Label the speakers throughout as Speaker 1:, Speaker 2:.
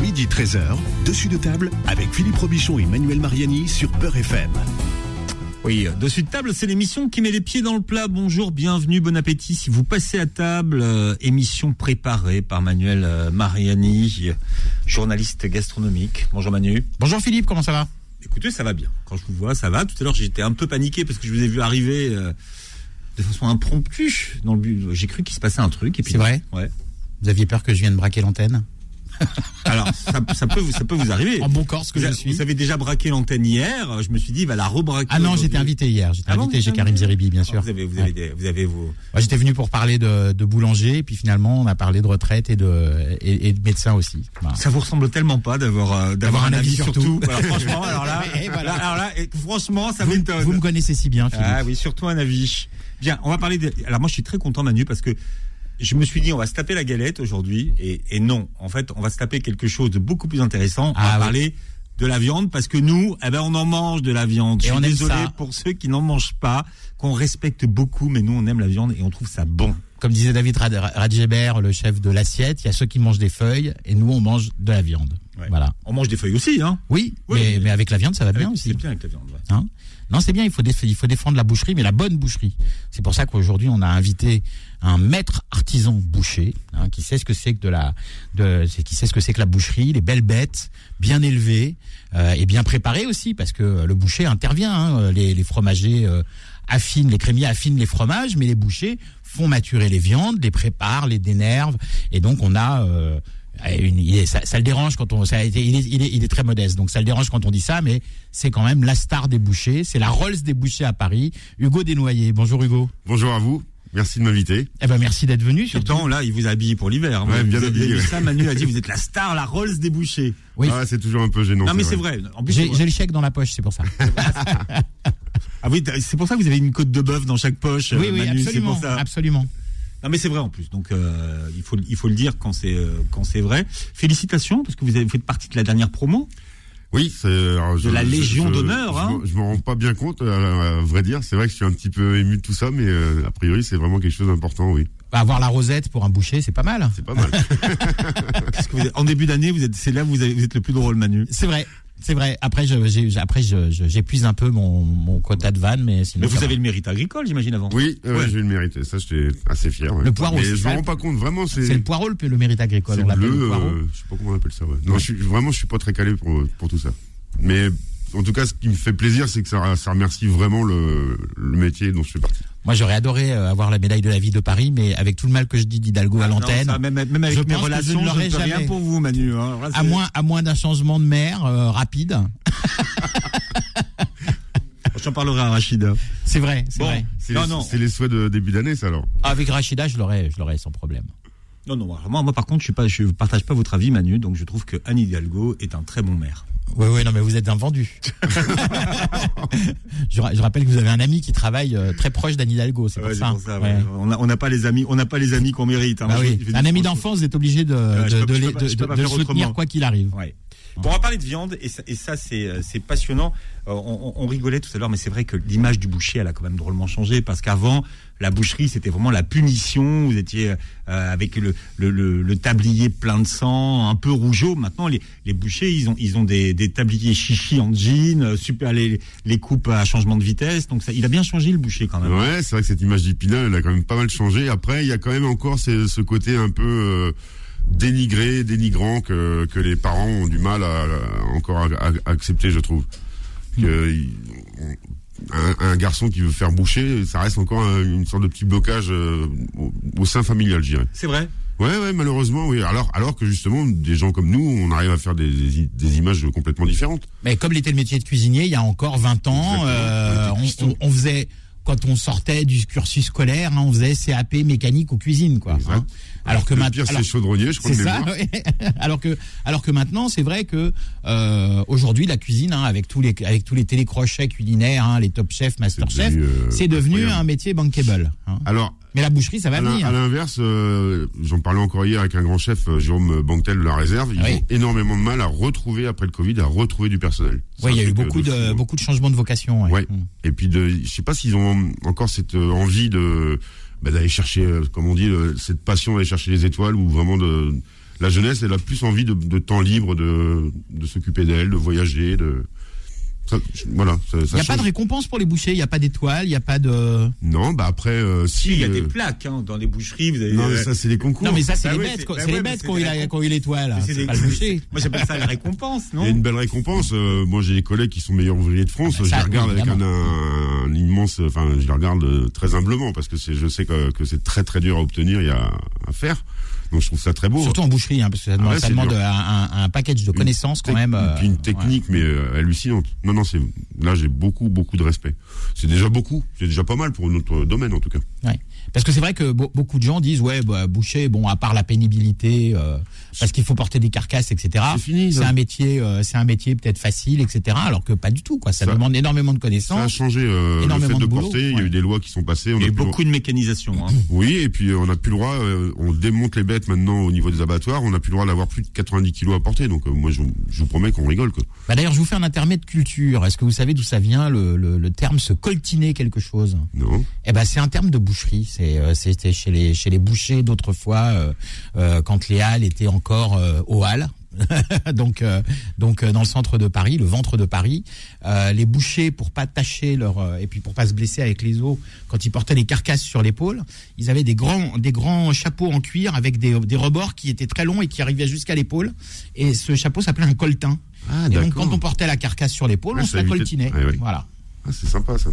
Speaker 1: Midi 13h, dessus de table avec Philippe Robichon et Manuel Mariani sur Peur FM.
Speaker 2: Oui, euh, dessus de table, c'est l'émission qui met les pieds dans le plat. Bonjour, bienvenue, bon appétit. Si vous passez à table, euh, émission préparée par Manuel euh, Mariani, journaliste gastronomique. Bonjour Manu.
Speaker 3: Bonjour Philippe, comment ça va
Speaker 2: Écoutez, ça va bien. Quand je vous vois, ça va. Tout à l'heure, j'étais un peu paniqué parce que je vous ai vu arriver euh, de façon impromptue. Dans le but, j'ai cru qu'il se passait un truc. et puis-
Speaker 3: C'est vrai
Speaker 2: Ouais.
Speaker 3: Vous aviez peur que je vienne braquer l'antenne
Speaker 2: Alors, ça, ça peut, vous- ça peut vous arriver.
Speaker 3: En bon corse que
Speaker 2: vous,
Speaker 3: je
Speaker 2: a-
Speaker 3: suis.
Speaker 2: vous avez déjà braqué l'antenne hier. Je me suis dit, il va la rebraquer.
Speaker 3: Ah non,
Speaker 2: aujourd'hui.
Speaker 3: j'étais invité hier. J'étais
Speaker 2: Ah bon,
Speaker 3: invité
Speaker 2: vous
Speaker 3: chez
Speaker 2: étiez
Speaker 3: Karim
Speaker 2: invité Ah,
Speaker 3: Zeribi, bien sûr.
Speaker 2: Vous avez, vous
Speaker 3: Ouais.
Speaker 2: avez, des- vous avez vos.
Speaker 3: Moi, J'étais venu pour parler de, de boulanger, et puis finalement, on a parlé de retraite et de, et, et de médecin aussi. Voilà.
Speaker 2: Ça vous ressemble tellement pas d'avoir euh, d'avoir un, avis, sur tout. Alors, franchement, alors là,
Speaker 3: Et voilà.
Speaker 2: là- alors là, et franchement, ça
Speaker 3: Vous,
Speaker 2: m'étonne.
Speaker 3: vous me connaissez si bien, Philippe.
Speaker 2: Ah oui, surtout un avis. Bien, on va parler. De... Alors moi, je suis très content, Manu, parce que je me suis dit, on va se taper la galette aujourd'hui, et, et non, en fait, on va se taper quelque chose de beaucoup plus intéressant. on va
Speaker 3: Ah oui.
Speaker 2: parler de la viande, parce que nous, eh ben, on en mange de la viande.
Speaker 3: Et
Speaker 2: je suis
Speaker 3: on aime
Speaker 2: désolé
Speaker 3: ça.
Speaker 2: pour ceux qui n'en mangent pas, qu'on respecte beaucoup, mais nous, on aime la viande et on trouve ça bon.
Speaker 3: Comme disait David Rad- Radjeber, le chef de l'assiette, il y a ceux qui mangent des feuilles et nous, on mange de la viande.
Speaker 2: Ouais.
Speaker 3: Voilà.
Speaker 2: On mange des feuilles aussi, hein.
Speaker 3: Oui,
Speaker 2: Oui,
Speaker 3: mais,
Speaker 2: mais-
Speaker 3: mais avec la viande, ça va bien
Speaker 2: Avec-
Speaker 3: aussi.
Speaker 2: C'est bien avec la viande. ouais.
Speaker 3: Hein non, c'est bien, il faut, déf- il faut défendre la boucherie, mais la bonne boucherie. C'est pour ça qu'aujourd'hui, on a invité un maître artisan boucher, hein, qui sait ce que c'est que de la, de, c'est- qui sait ce que c'est que la boucherie, les belles bêtes, bien élevées euh, et bien préparées aussi, parce que le boucher intervient. hein, les, les fromagers euh, affinent, les crémiers affinent les fromages, mais les bouchers font maturer les viandes, les préparent, les dénervent, et donc on a euh, une- il est- ça, ça le dérange quand on. Ça, il, est, il est- il est très modeste, donc ça le dérange quand on dit ça, mais c'est quand même la star des bouchers, c'est la Rolls des bouchers à Paris. Hugo Desnoyers. Bonjour Hugo.
Speaker 4: Bonjour à vous, merci de m'inviter.
Speaker 3: Eh ben merci d'être venu. surtout.
Speaker 2: Pourtant, là, il vous habille pour l'hiver. hein.
Speaker 4: Ouais,
Speaker 2: vous
Speaker 4: bien
Speaker 2: avez
Speaker 4: habillé,
Speaker 2: vu
Speaker 4: ouais.
Speaker 2: ça, Manu a dit, vous êtes la star, la Rolls des bouchers.
Speaker 3: Oui.
Speaker 4: Ah, c'est toujours un peu gênant.
Speaker 2: Non, mais c'est vrai. En plus, c'est
Speaker 3: J'ai
Speaker 2: vrai.
Speaker 3: j'ai le chèque dans la poche, c'est pour ça.
Speaker 2: Ah oui, t'as- c'est pour ça que vous avez une côte de bœuf dans chaque poche. euh,
Speaker 3: oui, oui,
Speaker 2: Manu, c'est
Speaker 3: absolument,
Speaker 2: pour ça.
Speaker 3: absolument.
Speaker 2: Non, mais c'est vrai en plus. Donc, euh, il faut, il faut le dire quand c'est, euh, quand c'est vrai. Félicitations parce que vous avez fait partie de la dernière promo.
Speaker 4: Oui, c'est alors, je-
Speaker 2: la
Speaker 4: je-
Speaker 2: Légion
Speaker 4: je-
Speaker 2: d'honneur,
Speaker 4: je
Speaker 2: hein.
Speaker 4: m'en- Je m'en rends pas bien compte, à, à vrai dire. C'est vrai que je suis un petit peu ému de tout ça, mais euh, a priori, c'est vraiment quelque chose d'important, oui.
Speaker 3: Bah, avoir la rosette pour un boucher, c'est pas mal.
Speaker 4: C'est pas mal.
Speaker 2: Parce que vous êtes- en début d'année, vous êtes, c'est là où vous, avez- vous êtes le plus drôle, Manu.
Speaker 3: C'est vrai, c'est vrai. Après, je- j'ai- j'ai- après, je- je- j'épuise un peu mon, mon quota de vanne, mais sinon.
Speaker 2: Mais vous
Speaker 3: ça va.
Speaker 2: avez le mérite agricole, j'imagine, avant.
Speaker 4: oui, euh,
Speaker 2: Ouais.
Speaker 4: je vais le mériter. Ça, j'étais assez fier. ouais.
Speaker 3: Le poireau,
Speaker 4: Mais
Speaker 3: c'est
Speaker 4: je
Speaker 3: pas
Speaker 4: m'en
Speaker 3: le-
Speaker 4: rends pas compte, vraiment, c'est.
Speaker 3: C'est le poireau, le, le mérite agricole.
Speaker 4: c'est
Speaker 3: On l'appelle le
Speaker 4: bleu,
Speaker 3: poireau.
Speaker 2: hein.
Speaker 4: euh, je sais pas comment on appelle ça. ouais. Non, je suis, vraiment, je suis pas très calé pour, euh, pour tout ça. Mais en tout cas, ce qui me fait plaisir, c'est que ça, ça remercie vraiment le, le métier dont je fais partie.
Speaker 3: Moi, j'aurais adoré euh, avoir la médaille de la vie de Paris, mais avec tout le mal que je dis d'Hidalgo à
Speaker 2: Ah non,
Speaker 3: l'antenne.
Speaker 2: ça, même, même avec
Speaker 3: Je
Speaker 2: mes
Speaker 3: pense que
Speaker 2: relations,
Speaker 3: je ne
Speaker 2: je
Speaker 3: l'aurais
Speaker 2: ne peux rien
Speaker 3: jamais.
Speaker 2: pour vous, Manu. hein. Alors là,
Speaker 3: À
Speaker 2: c'est-
Speaker 3: moins, à moins d'un changement de maire euh, rapide.
Speaker 2: J'en parlerai à Rachida.
Speaker 3: C'est vrai, c'est
Speaker 2: Bon,
Speaker 3: vrai.
Speaker 4: C'est
Speaker 2: non,
Speaker 4: les-
Speaker 2: non.
Speaker 4: c'est les souhaits de début d'année, ça alors.
Speaker 3: Avec Rachida, je l'aurais, je l'aurais sans problème.
Speaker 2: Non, non, moi, moi par contre, je ne partage pas votre avis, Manu, donc je trouve que Anne Hidalgo est un très bon maire.
Speaker 3: Oui, oui, non, mais vous êtes un vendu. je, ra- je rappelle que vous avez un ami qui travaille euh, très proche d'Anne Hidalgo, c'est
Speaker 2: Ouais,
Speaker 3: pour
Speaker 2: c'est
Speaker 3: ça.
Speaker 2: pour ça,
Speaker 3: Ouais.
Speaker 2: ouais. On n'a on n'a pas les amis, on n'a pas les amis qu'on mérite. hein.
Speaker 3: Bah
Speaker 2: Moi, je-
Speaker 3: oui.
Speaker 2: je vais
Speaker 3: Un
Speaker 2: dire
Speaker 3: ami
Speaker 2: franchement.
Speaker 3: d'enfance, vous êtes obligé de,
Speaker 2: Ouais, je
Speaker 3: de,
Speaker 2: peux-
Speaker 3: de
Speaker 2: je
Speaker 3: les-
Speaker 2: peux pas-
Speaker 3: de-
Speaker 2: je peux
Speaker 3: de-
Speaker 2: pas
Speaker 3: de le
Speaker 2: faire autrement.
Speaker 3: soutenir quoi qu'il arrive.
Speaker 2: Ouais. Bon, on va parler de viande et ça, et ça, c'est euh, c'est passionnant. Euh, on, on- on rigolait tout à l'heure, mais c'est vrai que l'image du boucher, elle a quand même drôlement changé parce qu'avant, la boucherie, c'était vraiment la punition. Vous étiez euh, avec le, le, le- le tablier plein de sang, un peu rougeau. Maintenant, les, les bouchers, ils ont, ils ont des, des tabliers chichis en jean, euh, super les, les coupes à changement de vitesse. Donc, ça, il a bien changé le boucher quand même.
Speaker 4: Ouais, c'est vrai que cette image d'Ipina, elle a quand même pas mal changé. Après, il y a quand même encore ce, ce côté un peu euh, dénigré, dénigrant que, que les parents ont du mal à, à- encore à, à- à accepter, je trouve. Que, il- on- un, un garçon qui veut faire boucher, ça reste encore un- une sorte de petit blocage euh, au, au sein familial, je dirais.
Speaker 2: C'est vrai.
Speaker 4: Ouais, ouais, malheureusement, oui. Alors, alors que justement, des gens comme nous, on arrive à faire des- des- des images complètement différentes.
Speaker 3: Mais comme l'était le métier de cuisinier il y a encore 20 ans,
Speaker 4: Exactement.
Speaker 3: euh,
Speaker 4: On était
Speaker 3: on,
Speaker 4: cuistot.
Speaker 3: on- on faisait quand on sortait du cursus scolaire, hein, on faisait CAP mécanique ou cuisine quoi.
Speaker 4: Exact.
Speaker 3: hein. Alors que
Speaker 4: Le
Speaker 3: maintenant,
Speaker 4: pire, c'est chaudronnier, je crois,
Speaker 3: c'est
Speaker 4: de
Speaker 3: ça.
Speaker 4: mémoire.
Speaker 3: ouais. alors que alors que maintenant, c'est vrai que euh, aujourd'hui la cuisine, hein, avec tous les avec tous les télécrochets culinaires, hein, les top chefs, master chefs,
Speaker 4: devenu, euh,
Speaker 3: c'est devenu
Speaker 4: incroyable.
Speaker 3: un métier bankable. hein.
Speaker 4: Alors,
Speaker 3: Mais la boucherie, ça va
Speaker 4: À l'in-
Speaker 3: venir.
Speaker 4: à l'inverse, euh, j'en parlais encore hier avec un grand chef, euh, Jérôme Banquetel de la réserve. Ils
Speaker 3: Ah oui.
Speaker 4: ont énormément de mal à retrouver après le Covid, à retrouver du personnel.
Speaker 3: Oui, il y a
Speaker 4: C'est un
Speaker 3: eu
Speaker 4: truc,
Speaker 3: beaucoup
Speaker 4: euh,
Speaker 3: de
Speaker 4: fou.
Speaker 3: beaucoup de changements de vocation. ouais.
Speaker 4: Ouais.
Speaker 3: Mm.
Speaker 4: Et puis, de, je sais pas s'ils ont encore cette euh, envie de bah, d'aller chercher, euh, comme on dit, euh, cette passion d'aller chercher les étoiles ou vraiment de la jeunesse, elle a plus envie de, de temps libre, de, de s'occuper d'elle, de voyager, de. ça- voilà. Ça,
Speaker 3: Il n'y a pas de récompense pour les bouchers, il n'y a pas d'étoile, il n'y a pas de.
Speaker 4: Non, bah après, euh, si.
Speaker 2: Si, il y a
Speaker 4: euh,
Speaker 2: des plaques hein, dans les boucheries. Vous avez,
Speaker 4: Non, mais
Speaker 2: euh,
Speaker 4: ça, c'est les concours.
Speaker 3: Non, mais ça, c'est
Speaker 2: Bah
Speaker 3: les
Speaker 2: oui,
Speaker 3: bêtes,
Speaker 2: c'est-
Speaker 3: quoi.
Speaker 2: bah
Speaker 3: C'est
Speaker 2: ouais,
Speaker 3: les
Speaker 2: mais
Speaker 3: bêtes
Speaker 2: c'est
Speaker 3: qui ont eu
Speaker 2: des
Speaker 3: la-
Speaker 2: récompenses.
Speaker 3: qui ont eu l'étoile.
Speaker 2: euh, c'est
Speaker 3: C'est
Speaker 2: des-
Speaker 3: pas le boucher.
Speaker 2: Moi, j'appelle ça la récompense, non
Speaker 4: Il y a une belle récompense. Euh, moi, j'ai des collègues qui sont meilleurs ouvriers de France.
Speaker 3: Ah bah ça,
Speaker 4: je les regarde
Speaker 3: oui,
Speaker 4: avec un,
Speaker 3: évidemment.
Speaker 4: un immense. Enfin, je les regarde euh, très humblement parce que c'est- je sais que, que c'est très très dur à obtenir et à, à faire. Donc, je trouve ça très beau.
Speaker 3: Surtout en boucherie, hein, parce que ça demande,
Speaker 4: ouais,
Speaker 3: ça
Speaker 4: c'est
Speaker 3: demande
Speaker 4: dur.
Speaker 3: un, un- un package de
Speaker 4: Une
Speaker 3: connaissances quand
Speaker 4: tec-
Speaker 3: même. euh,
Speaker 4: et puis une
Speaker 3: ouais.
Speaker 4: technique, mais euh, hallucinante. Non, non, c'est là, j'ai beaucoup beaucoup de respect. C'est déjà beaucoup. C'est déjà pas mal pour notre domaine en tout cas.
Speaker 3: Ouais. Parce que c'est vrai que be- beaucoup de gens disent ouais bah, boucher bon à part la pénibilité euh, parce qu'il faut porter des carcasses etc
Speaker 4: C'est fini, ça.
Speaker 3: un métier euh, c'est un métier peut-être facile etc alors que pas du tout quoi ça,
Speaker 4: Ça-
Speaker 3: demande énormément de
Speaker 4: Ça a
Speaker 3: connaissances
Speaker 4: changé euh, le
Speaker 3: Énormément
Speaker 4: fait de,
Speaker 3: de boulot,
Speaker 4: porter. Il y a
Speaker 3: ouais.
Speaker 4: eu des lois qui sont passées. On
Speaker 2: Il y
Speaker 4: a
Speaker 2: a eu
Speaker 4: plus le-
Speaker 2: beaucoup de mécanisation. Hein.
Speaker 4: Oui, et puis euh, on n'a plus le droit, euh, on démonte les bêtes maintenant au niveau des abattoirs, on n'a plus le droit d'avoir plus de 90 kilos à porter, donc euh, moi je, vous- je vous promets qu'on rigole. Quoi.
Speaker 3: Bah, d'ailleurs je vous fais un intermède culture est-ce que vous savez d'où ça vient le, le, le terme se coltiner quelque chose
Speaker 4: Non
Speaker 3: Eh ben, c'est un terme de boucherie. C'est, euh, c'était chez les, chez les bouchers d'autrefois, euh, euh, quand les halles étaient encore euh, aux halles. donc, euh, donc euh, dans le centre de Paris, le ventre de Paris, euh, les bouchers pour pas tâcher leur euh, et puis pour pas se blesser avec les os quand ils portaient les carcasses sur l'épaule, ils avaient des grands des grands chapeaux en cuir avec des, des rebords qui étaient très longs et qui arrivaient jusqu'à l'épaule. Et ce chapeau s'appelait un coltin.
Speaker 4: Ah,
Speaker 3: et donc
Speaker 4: d'accord.
Speaker 3: quand on portait la carcasse sur l'épaule,
Speaker 4: Ah,
Speaker 3: on
Speaker 4: ça
Speaker 3: se la
Speaker 4: évitait-
Speaker 3: coltinait.
Speaker 4: Ah, oui.
Speaker 3: Voilà.
Speaker 4: ah, C'est sympa ça.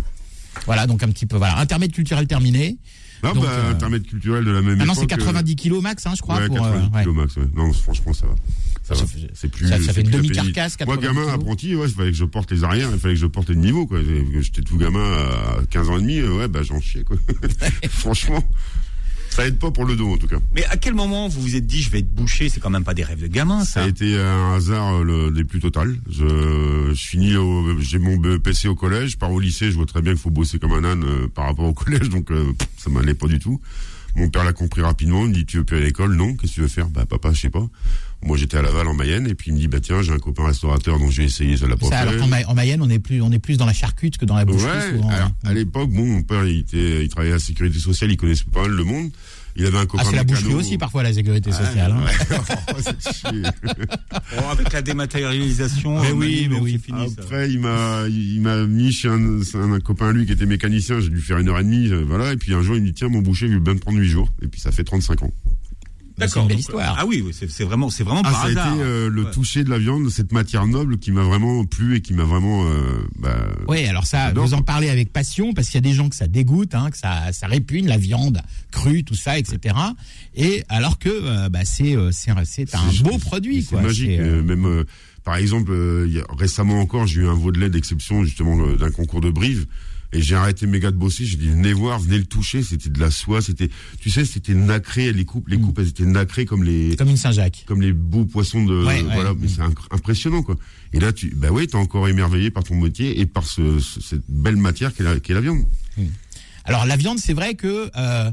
Speaker 3: Voilà, donc un petit peu. Voilà, intermède culturel terminé.
Speaker 4: Ah
Speaker 3: Donc,
Speaker 4: bah,
Speaker 3: euh,
Speaker 4: intermède culturel de la même
Speaker 3: Maintenant, c'est
Speaker 4: époque. euh,
Speaker 3: 90 kilos max, hein, je crois.
Speaker 4: ouais,
Speaker 3: pour, euh,
Speaker 4: 90
Speaker 3: ouais.
Speaker 4: kilos max, ouais. Non, franchement ça va. Ça,
Speaker 3: Ça
Speaker 4: va.
Speaker 3: fait-
Speaker 4: C'est plus,
Speaker 3: ça- ça
Speaker 4: c'est
Speaker 3: fait une
Speaker 4: plus la
Speaker 3: demi-carcasse,
Speaker 4: pénibilité.
Speaker 3: 90
Speaker 4: Moi, gamin,
Speaker 3: kilos.
Speaker 4: apprenti, ouais, il fallait que je porte les arrières, il fallait que je porte les niveaux, quoi. J'ai- J'étais tout gamin à 15 ans et demi, euh, ouais, bah j'en chiais, quoi. franchement, ça aide pas pour le dos, en tout cas.
Speaker 2: Mais à quel moment vous vous êtes dit, je vais être bouché C'est quand même pas des rêves de gamin,
Speaker 4: Ça
Speaker 2: ça.
Speaker 4: a été un hasard euh, le, des plus totales. Je, je finis, au- j'ai mon BEPC au collège, je pars au lycée, je vois très bien qu'il faut bosser comme un âne euh, par rapport au collège, donc euh, pff, ça m'allait pas du tout. Mon père l'a compris rapidement, il me dit tu veux plus aller à l'école Non, qu'est-ce que tu veux faire Bah papa, je sais pas. Moi j'étais à Laval en Mayenne et puis il me dit bah tiens j'ai un copain restaurateur donc j'ai essayé ça l'a pas
Speaker 3: Ça,
Speaker 4: fait.
Speaker 3: alors qu'en Ma- en Mayenne, on est plus, on est plus dans la charcute que dans la boucherie.
Speaker 4: Ouais,
Speaker 3: souvent,
Speaker 4: alors,
Speaker 3: hein.
Speaker 4: à l'époque, bon, mon père, il, était, il travaillait à la sécurité sociale, il connaissait pas mal le monde. Il avait un copain
Speaker 3: Ah, c'est la
Speaker 4: mécano.
Speaker 3: boucherie aussi, parfois, la sécurité
Speaker 4: Ouais,
Speaker 3: sociale. hein.
Speaker 4: ouais. C'est chier.
Speaker 2: Oh, avec la dématérialisation.
Speaker 3: Mais
Speaker 2: euh,
Speaker 3: oui,
Speaker 2: Manu,
Speaker 3: mais
Speaker 2: bon,
Speaker 3: oui.
Speaker 2: c'est fini, ça.
Speaker 4: Après, il m'a, il m'a mis chez un, chez un copain à lui qui était mécanicien. J'ai dû faire une heure et demie, euh, voilà. Et puis un jour, il me dit tiens, mon boucher, il veut bien me prendre huit jours. Et puis ça fait 35 ans.
Speaker 3: Bah, c'est une belle
Speaker 2: donc,
Speaker 3: histoire.
Speaker 2: Ah oui, oui, c'est c'est vraiment, c'est vraiment
Speaker 4: Ah,
Speaker 2: par
Speaker 4: ça a
Speaker 2: hasard.
Speaker 4: été euh, le
Speaker 2: Ouais.
Speaker 4: toucher de la viande, cette matière noble qui m'a vraiment plu et qui m'a vraiment. euh, bah,
Speaker 3: Oui, alors ça,
Speaker 4: J'adore,
Speaker 3: vous en
Speaker 4: quoi.
Speaker 3: parlez avec passion, parce qu'il y a des gens que ça dégoûte, hein, que ça, ça répugne, la viande crue, tout ça, etc. Et alors que euh, bah, c'est euh, c'est un, c'est un
Speaker 4: c'est-
Speaker 3: beau
Speaker 4: c'est-
Speaker 3: produit.
Speaker 4: C'est
Speaker 3: quoi.
Speaker 4: magique.
Speaker 3: C'est, euh,
Speaker 4: euh, même euh, par exemple, euh, il y a- récemment encore, j'ai eu un veau de lait d'exception justement euh, d'un concours de Brive. Et j'ai arrêté méga de bosser, j'ai dit venez voir, venez le toucher, c'était de la soie, c'était, tu sais, c'était nacré, les coupes, les coupes, elles étaient nacrées comme les,
Speaker 3: Mm. Comme une Saint-Jacques.
Speaker 4: comme les beaux poissons de
Speaker 3: Ouais, ouais.
Speaker 4: voilà mais c'est inc- impressionnant quoi et là tu bah ouais t'es encore émerveillé par ton métier et par ce, ce- cette belle matière qu'est la, qu'est la viande
Speaker 3: Alors la viande, c'est vrai que euh,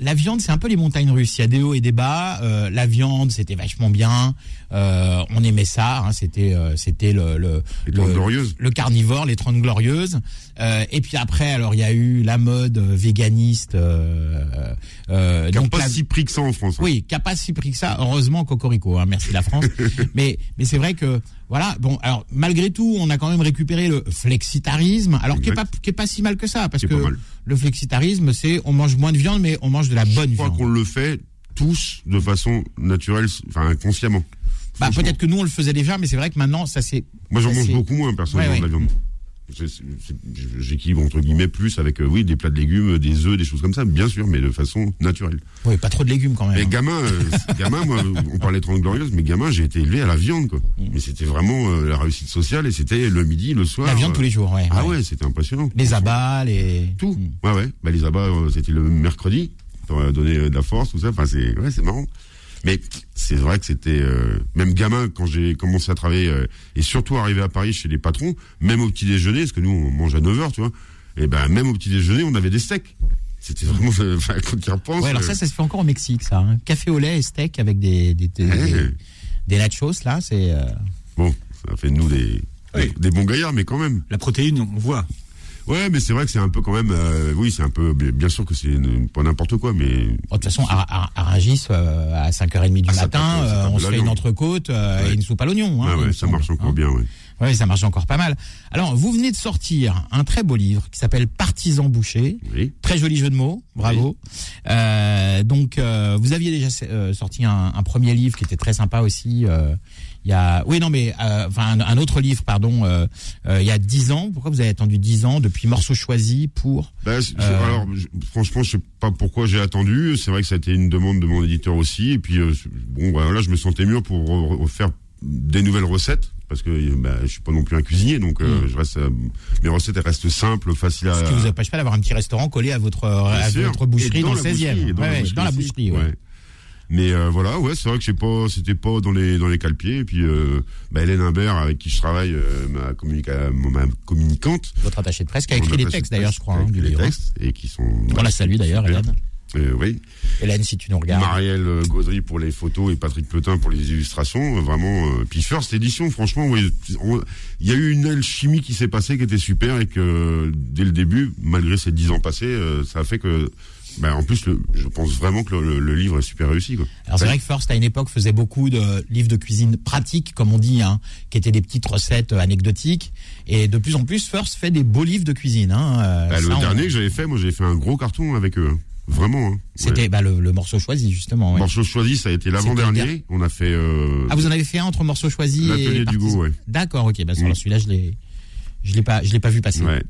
Speaker 3: la viande, c'est un peu les montagnes russes. Il y a des hauts et des bas. Euh, la viande, c'était vachement bien. Euh, on aimait ça. hein. c'était, euh, c'était le le,
Speaker 4: Les Trente
Speaker 3: le-
Speaker 4: Glorieuses.
Speaker 3: le carnivore, les trente glorieuses. Euh, et puis après, alors il y a eu la mode euh, véganiste. Euh, euh,
Speaker 4: qui n'a
Speaker 3: donc,
Speaker 4: pas
Speaker 3: la-
Speaker 4: si pris que ça en France hein.
Speaker 3: oui, qui a pas si pris que ça. Heureusement, Cocorico, hein, merci la France. mais mais c'est vrai que voilà. Bon, alors malgré tout, on a quand même récupéré le flexitarisme, alors qui est pas
Speaker 4: Exact.
Speaker 3: qui est pas si mal que ça, parce
Speaker 4: Qui est pas
Speaker 3: que
Speaker 4: mal.
Speaker 3: le flexitarisme, c'est on mange moins de viande, mais on mange de la bonne
Speaker 4: je crois
Speaker 3: viande.
Speaker 4: qu'on le fait tous de façon naturelle enfin inconsciemment
Speaker 3: Bah,
Speaker 4: Franchement.
Speaker 3: peut-être que nous on le faisait déjà, mais c'est vrai que maintenant ça c'est.
Speaker 4: moi j'en
Speaker 3: ça,
Speaker 4: mange
Speaker 3: c'est-
Speaker 4: beaucoup moins personnellement
Speaker 3: Ouais,
Speaker 4: de la viande C'est- c'est- c'est- j'équilibre entre guillemets plus avec euh, oui des plats de légumes des œufs des choses comme ça bien sûr mais de façon naturelle
Speaker 3: Oui, pas trop de légumes quand même.
Speaker 4: Mais
Speaker 3: hein.
Speaker 4: gamin, euh, gamin, moi, on parlait de Trente Glorieuses, mais gamin, j'ai été élevé à la viande, quoi.
Speaker 3: Mm.
Speaker 4: Mais c'était vraiment euh, la réussite sociale et c'était le midi, le soir.
Speaker 3: La viande
Speaker 4: euh,
Speaker 3: tous les jours, ouais.
Speaker 4: Ah
Speaker 3: ouais.
Speaker 4: ouais, c'était impressionnant.
Speaker 3: Les Mm. abats, les.
Speaker 4: Tout. Ouais, ouais. Bah, les abats, euh, c'était le mercredi. On a donné euh, de la force, tout ça. Enfin, c'est, ouais, c'est marrant. Mais c'est vrai que c'était, euh, même gamin, quand j'ai commencé à travailler, euh, et surtout arrivé à Paris chez les patrons, même au petit déjeuner, parce que nous, on mange à 9h, tu vois. Et ben, même au petit déjeuner, on avait des steaks. C'était vraiment, euh, enfin, quand tu y repenses,
Speaker 3: Ouais, alors
Speaker 4: euh,
Speaker 3: ça, ça se fait encore au Mexique, ça. hein. Café au lait et steak avec des des, des,
Speaker 4: Eh. Ouais.
Speaker 3: des nachos là, c'est. euh,
Speaker 4: Bon, ça fait de nous des,
Speaker 2: Oui.
Speaker 4: des bons gaillards, mais quand même.
Speaker 2: La protéine, on voit.
Speaker 4: Ouais, mais c'est vrai que c'est un peu quand même. euh, oui, c'est un peu. bien- Bien sûr que c'est une- pas n'importe quoi, mais.
Speaker 3: Oh, de toute façon, à, à, à Rangis, euh, à 5h30 du
Speaker 4: Ah, ça
Speaker 3: matin,
Speaker 4: peut- ça
Speaker 3: euh,
Speaker 4: peut
Speaker 3: on se
Speaker 4: là,
Speaker 3: fait une
Speaker 4: non.
Speaker 3: entrecôte euh, et
Speaker 4: Ouais.
Speaker 3: une soupe à l'oignon. hein,
Speaker 4: ouais,
Speaker 3: il me
Speaker 4: ouais, ça
Speaker 3: semble,
Speaker 4: marche encore
Speaker 3: hein.
Speaker 4: bien, ouais.
Speaker 3: Oui, ça marche encore pas mal. Alors, vous venez de sortir un très beau livre qui s'appelle Partisan Boucher.
Speaker 4: Oui.
Speaker 3: Très joli jeu de mots, bravo. Euh, donc, euh, vous aviez déjà euh, sorti un, un premier livre qui était très sympa aussi. euh, Il y a, oui, non, mais euh, enfin un, un autre livre, pardon. euh, euh, Il y a dix ans. Pourquoi vous avez attendu dix ans depuis Morceau choisi pour
Speaker 4: Bah, c'est- c'est-
Speaker 3: Euh.
Speaker 4: Alors, je- franchement, je sais pas pourquoi j'ai attendu. C'est vrai que ça a été une demande de mon éditeur aussi. Et puis, euh, c'est- bon, bah, voilà, je me sentais mieux pour re- re- faire des nouvelles recettes. Parce que euh, bah, je suis pas non plus un cuisinier, donc euh, je reste, euh, mes recettes elles restent simples, faciles à.
Speaker 3: Mm. Ce qui vous empêche pas d'avoir un petit restaurant collé à votre à
Speaker 4: Euh, Bien sûr.
Speaker 3: votre boucherie
Speaker 4: Et
Speaker 3: dans, le
Speaker 4: la
Speaker 3: 16e.
Speaker 4: boucherie, et
Speaker 3: Ouais, ouais, dans la
Speaker 4: aussi.
Speaker 3: boucherie. ouais.
Speaker 4: Ouais. Mais euh, voilà, ouais, c'est vrai que j'ai pas, c'était pas dans les dans les calpiers. Et puis euh, bah, Hélène Imbert, avec qui je travaille, euh, ma, communica- ma communicante,
Speaker 3: Votre attaché de presse qui a
Speaker 4: on
Speaker 3: écrit les
Speaker 4: passé
Speaker 3: textes
Speaker 4: le
Speaker 3: d'ailleurs,
Speaker 4: texte,
Speaker 3: je crois,
Speaker 4: qui a
Speaker 3: hein,
Speaker 4: écrit
Speaker 3: du
Speaker 4: les
Speaker 3: livre.
Speaker 4: textes et qui sont.
Speaker 3: On la salue d'ailleurs,
Speaker 4: Super.
Speaker 3: Hélène.
Speaker 4: Euh, oui.
Speaker 3: Hélène, si tu nous regardes.
Speaker 4: Marielle euh, Gaudry pour les photos et Patrick Petin pour les illustrations. euh, Vraiment, euh, puis First Edition, franchement, oui, on- il y a eu une alchimie qui s'est passée qui était super et que euh, dès le début, malgré ces dix ans passés, euh, ça a fait que, bah, en plus, le- je pense vraiment que le, le- le livre est super réussi. Quoi.
Speaker 3: Alors c'est vrai que First à une époque faisait beaucoup de livres de cuisine pratiques, comme on dit, hein, qui étaient des petites recettes euh, anecdotiques. Et de plus en plus, First fait des beaux livres de cuisine. Hein, euh,
Speaker 4: Bah, le
Speaker 3: ça, on-
Speaker 4: dernier que j'avais fait, moi, j'ai fait un gros carton avec eux. hein. Vraiment. hein.
Speaker 3: c'était
Speaker 4: Ouais.
Speaker 3: bah, le, le morceau choisi justement. ouais.
Speaker 4: Morceau choisi, ça a été
Speaker 3: C'était le
Speaker 4: l'avant-dernier. On a fait. euh,
Speaker 3: Ah vous en avez fait un entre morceau choisi et
Speaker 4: L'atelier du
Speaker 3: Partisan.
Speaker 4: goût, ouais.
Speaker 3: D'accord, ok. Bah, alors
Speaker 4: Mm.
Speaker 3: celui-là, je l'ai, je l'ai pas, je l'ai pas vu passer.
Speaker 4: Ouais.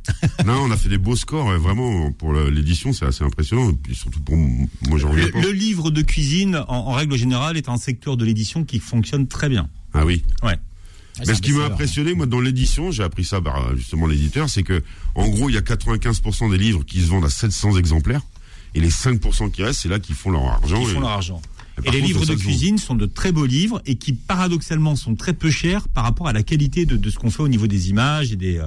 Speaker 4: non, on a fait des beaux scores, ouais, vraiment, pour le- l'édition, c'est assez impressionnant. Et puis surtout pour m- moi, j'en reviens
Speaker 2: Le,
Speaker 4: pas.
Speaker 2: le livre de cuisine, en, en règle générale, est un secteur de l'édition qui fonctionne très bien.
Speaker 4: Ah oui.
Speaker 2: Ouais.
Speaker 3: Ah, c'est
Speaker 4: Mais ce qui m'a
Speaker 3: impressionnant.
Speaker 4: impressionné, moi, dans l'édition, j'ai appris ça par euh, justement l'éditeur, c'est que, en gros, il y a 95% des livres qui se vendent à 700 exemplaires. Et les 5% qui restent, c'est là qu'ils font leur argent.
Speaker 2: Ils font
Speaker 4: et-
Speaker 2: leur argent.
Speaker 4: Et
Speaker 2: Et,
Speaker 4: par
Speaker 2: les
Speaker 4: contre,
Speaker 2: livres
Speaker 4: ça
Speaker 2: de
Speaker 4: se
Speaker 2: cuisine sont de très beaux livres et qui paradoxalement sont très peu chers par rapport à la qualité de, de ce qu'on fait au niveau des images et des euh,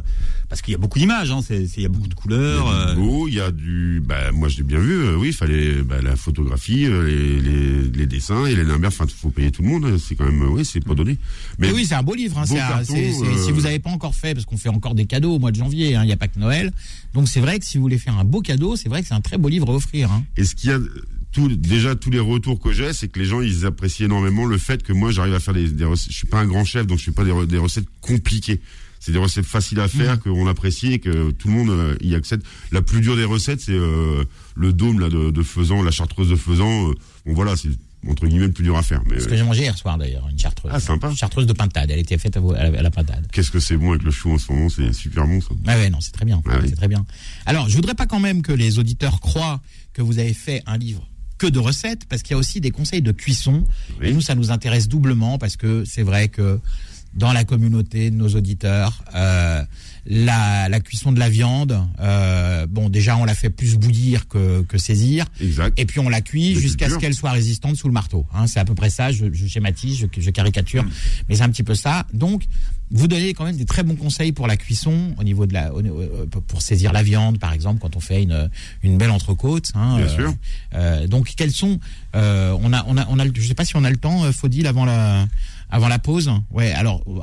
Speaker 2: parce qu'il y a beaucoup d'images, hein, c'est- c'est- il y a beaucoup de couleurs.
Speaker 4: Il y a
Speaker 2: euh,
Speaker 4: du logo, il y a du. Bah, moi, je l'ai bien vu. euh, oui, il fallait bah, la photographie, euh, les, les, les dessins et les lumières. Enfin, faut payer tout le monde. euh, C'est quand même. euh, Oui, c'est pas donné.
Speaker 3: Mais oui, c'est un beau livre. Hein,
Speaker 4: Beau
Speaker 3: c'est un-
Speaker 4: carton,
Speaker 3: c'est- c'est-
Speaker 4: euh,
Speaker 3: Si vous n'avez pas encore fait, parce qu'on fait encore des cadeaux au mois de janvier, hein, il n'y a pas que Noël. Donc c'est vrai que si vous voulez faire un beau cadeau, c'est vrai que c'est un très beau livre à offrir. Hein.
Speaker 4: Et ce qu'il y a, euh, tout, déjà tous les retours que j'ai, c'est que les gens ils apprécient énormément le fait que moi j'arrive à faire des, des recettes. Je suis pas un grand chef, donc je fais pas des, re- des recettes compliquées. C'est des recettes faciles à
Speaker 3: Mhm.
Speaker 4: faire, qu'on apprécie et que tout le monde euh, y accède. La plus dure des recettes, c'est euh, le dôme là de, de faisan, la chartreuse de faisan. euh, bon voilà, c'est entre guillemets le plus dur à faire. Mais
Speaker 3: Ce
Speaker 4: euh,
Speaker 3: que j'ai mangé hier soir d'ailleurs, une chartreuse.
Speaker 4: Ah, sympa.
Speaker 3: Une chartreuse de pintade, elle était faite à, vo- à la, à la pintade.
Speaker 4: qu'est-ce que c'est bon avec le chou en ce moment, c'est super bon ça.
Speaker 3: Ah ouais, non, c'est très bien.
Speaker 4: Ah oui.
Speaker 3: C'est très bien. Alors, je voudrais pas quand même que les auditeurs croient que vous avez fait un livre que de recettes, parce qu'il y a aussi des conseils de cuisson.
Speaker 4: Oui.
Speaker 3: Et nous, ça nous intéresse doublement, parce que c'est vrai que dans la communauté de nos auditeurs, euh, la, la cuisson de la viande, euh, bon, déjà, on la fait plus bouillir que, que saisir.
Speaker 4: Exact.
Speaker 3: Et puis on la cuit
Speaker 4: Mais
Speaker 3: jusqu'à
Speaker 4: c'est
Speaker 3: ce
Speaker 4: dur.
Speaker 3: qu'elle soit résistante sous le marteau. Hein, c'est à peu près ça, je, je schématise, je, je
Speaker 4: Mm.
Speaker 3: caricature, mais c'est un petit peu ça. Donc, vous donnez quand même des très bons conseils pour la cuisson, au niveau de la, au- euh, pour saisir la viande, par exemple, quand on fait une, une belle entrecôte. Hein,
Speaker 4: Bien sûr.
Speaker 3: euh, donc, quels sont euh, On a, on a, on a, le- je sais pas si on a le temps, euh, Faudil, avant la, avant la pause. Ouais. Alors. euh,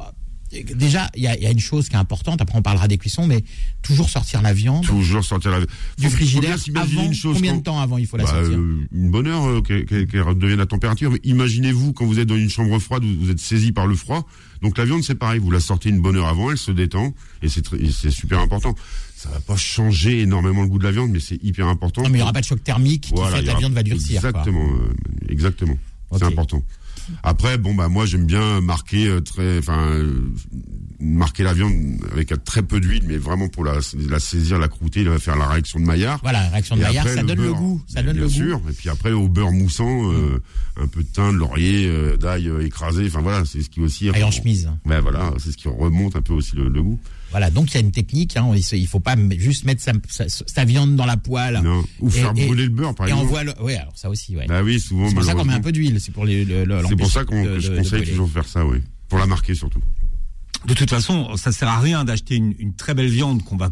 Speaker 3: Déjà, il y a, il y a une chose qui est importante. Après, on parlera des cuissons, mais toujours sortir la viande
Speaker 4: Toujours sortir la.
Speaker 3: du
Speaker 4: Faut- faut bien
Speaker 3: frigidaire.
Speaker 4: s'imaginer
Speaker 3: Avant,
Speaker 4: une chose
Speaker 3: combien
Speaker 4: quand-
Speaker 3: de temps avant il faut la
Speaker 4: Bah,
Speaker 3: sortir
Speaker 4: euh, une bonne heure euh, qu'elle qu'elle- qu'elle redevienne à température. Mais Imaginez-vous quand vous êtes dans une chambre froide, vous, vous êtes saisi par le froid. Donc la viande, c'est pareil. Vous la sortez une bonne heure avant, elle se détend et c'est tr- et c'est super important. Ça va pas changer énormément le goût de la viande, mais c'est hyper important.
Speaker 3: Non, Ah, mais il n'y aura pas de choc thermique qui
Speaker 4: Voilà,
Speaker 3: fait que
Speaker 4: il y
Speaker 3: la
Speaker 4: aura-
Speaker 3: viande va durcir. quoi.
Speaker 4: Exactement, euh, exactement. C'est
Speaker 3: Ok.
Speaker 4: important. Après, bon bah moi j'aime bien marquer euh, très, enfin euh, marquer la viande avec euh, très peu d'huile, mais vraiment pour la, la saisir, la croûter, la- faire la réaction de Maillard.
Speaker 3: Voilà, réaction de
Speaker 4: Et
Speaker 3: Maillard,
Speaker 4: après,
Speaker 3: ça donne le
Speaker 4: beurre.
Speaker 3: goût. Ça donne
Speaker 4: Bien- bien
Speaker 3: le goût.
Speaker 4: sûr. Et puis après, au beurre moussant, euh, un peu de thym, de laurier, euh, d'ail euh, écrasé. Enfin voilà, c'est ce qui aussi.
Speaker 3: Et en chemise.
Speaker 4: Ben voilà, c'est ce qui remonte un peu aussi le, le goût.
Speaker 3: Voilà, donc il y a une technique. Hein, il se- il faut pas m- juste mettre sa, sa- sa viande dans la poêle.
Speaker 4: Non. Ou
Speaker 3: Et-
Speaker 4: faire
Speaker 3: et-
Speaker 4: brûler le beurre, par
Speaker 3: Et on
Speaker 4: exemple.
Speaker 3: voit le. Oui, alors ça aussi, ouais.
Speaker 4: Ben oui, souvent.
Speaker 3: c'est pour ça qu'on met un
Speaker 4: malheureusement.
Speaker 3: peu d'huile. C'est pour les. le- le-
Speaker 4: C'est pour ça qu'on,
Speaker 3: l'empêcher
Speaker 4: que
Speaker 3: de-
Speaker 4: je
Speaker 3: de- de
Speaker 4: conseille
Speaker 3: brûler.
Speaker 4: toujours de faire ça, oui. Pour la marquer surtout.
Speaker 2: De toute façon, ça sert à rien d'acheter une, une très belle viande qu'on va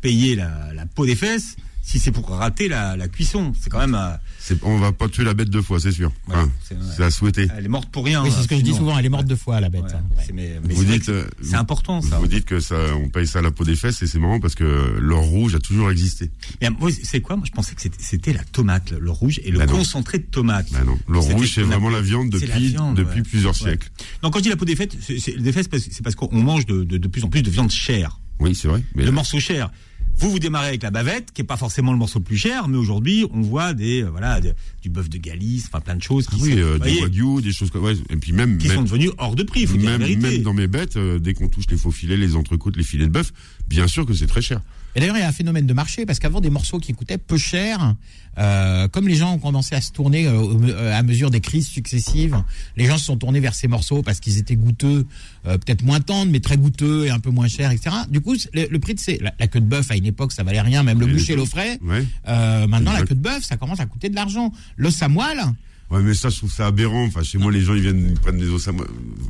Speaker 2: payer la, la peau des fesses si c'est pour rater la, la cuisson, c'est quand même. euh,
Speaker 4: C'est- On va pas tuer la bête deux fois, c'est sûr.
Speaker 2: Ouais,
Speaker 4: Enfin,
Speaker 2: c'est-
Speaker 4: c'est à souhaiter.
Speaker 2: elle est morte pour rien.
Speaker 3: Oui, c'est ce que je
Speaker 4: Ah,
Speaker 3: dis
Speaker 2: sinon.
Speaker 3: souvent, elle est morte deux fois, la
Speaker 2: Ouais,
Speaker 3: bête. hein.
Speaker 2: c'est- mais- mais
Speaker 4: Vous
Speaker 2: c'est vrai
Speaker 4: dites,
Speaker 2: que
Speaker 4: euh,
Speaker 2: c'est important ça.
Speaker 4: Vous dites que ça, on paye ça à la peau des fesses et c'est marrant parce que l'or rouge a toujours existé.
Speaker 2: Mais moi, c'est quoi Moi, je pensais que c'était- c'était la tomate, le rouge et le
Speaker 4: Bah non.
Speaker 2: concentré de tomate.
Speaker 4: Bah non, l'or
Speaker 2: C'était-
Speaker 4: rouge c'est
Speaker 2: on a-
Speaker 4: vraiment la viande
Speaker 2: c'est
Speaker 4: depuis
Speaker 2: la viande,
Speaker 4: depuis
Speaker 2: ouais.
Speaker 4: plusieurs
Speaker 2: Ouais.
Speaker 4: siècles.
Speaker 2: Non, quand je dis la peau des fêtes, c'est c'est- des fesses, parce- c'est parce qu'on mange de, de- de plus en plus de viande chère,
Speaker 4: Oui, c'est vrai. Mais
Speaker 2: de
Speaker 4: là,
Speaker 2: morceaux chers. Vous vous démarrez avec la bavette, qui est pas forcément le morceau le plus cher, mais aujourd'hui, on voit des euh, voilà de- du bœuf de Galice, enfin plein de choses qui,
Speaker 4: oui,
Speaker 2: sont,
Speaker 4: euh,
Speaker 2: vous
Speaker 4: du
Speaker 2: voyez,
Speaker 4: wagyu, des choses comme ouais, et puis même
Speaker 2: qui
Speaker 4: même,
Speaker 2: sont devenues hors de prix. Il faut dire la
Speaker 4: même,
Speaker 2: vérité.
Speaker 4: même dans mes bêtes, euh, dès qu'on touche les faux filets, les entrecôtes, les filets de bœuf, bien sûr que c'est très cher.
Speaker 3: Et d'ailleurs, il y a un phénomène de marché, parce qu'avant, des morceaux qui coûtaient peu cher, euh, comme les gens ont commencé à se tourner euh, au- euh, à mesure des crises successives, les gens se sont tournés vers ces morceaux parce qu'ils étaient goûteux, euh, peut-être moins tendres, mais très goûteux et un peu moins chers, etc. Du coup, c'est- le, le prix de ces... La, la queue de bœuf, à une époque, ça valait rien, même le
Speaker 4: Oui,
Speaker 3: boucher
Speaker 4: oui.
Speaker 3: l'offrait.
Speaker 4: Ouais.
Speaker 3: Euh, maintenant, la
Speaker 4: Exact.
Speaker 3: queue de bœuf, ça commence à coûter de l'argent. L'os à moelle,
Speaker 4: Ouais, mais ça, je trouve ça aberrant. Enfin, chez moi, les gens, ils viennent, ils prennent des os à moelle.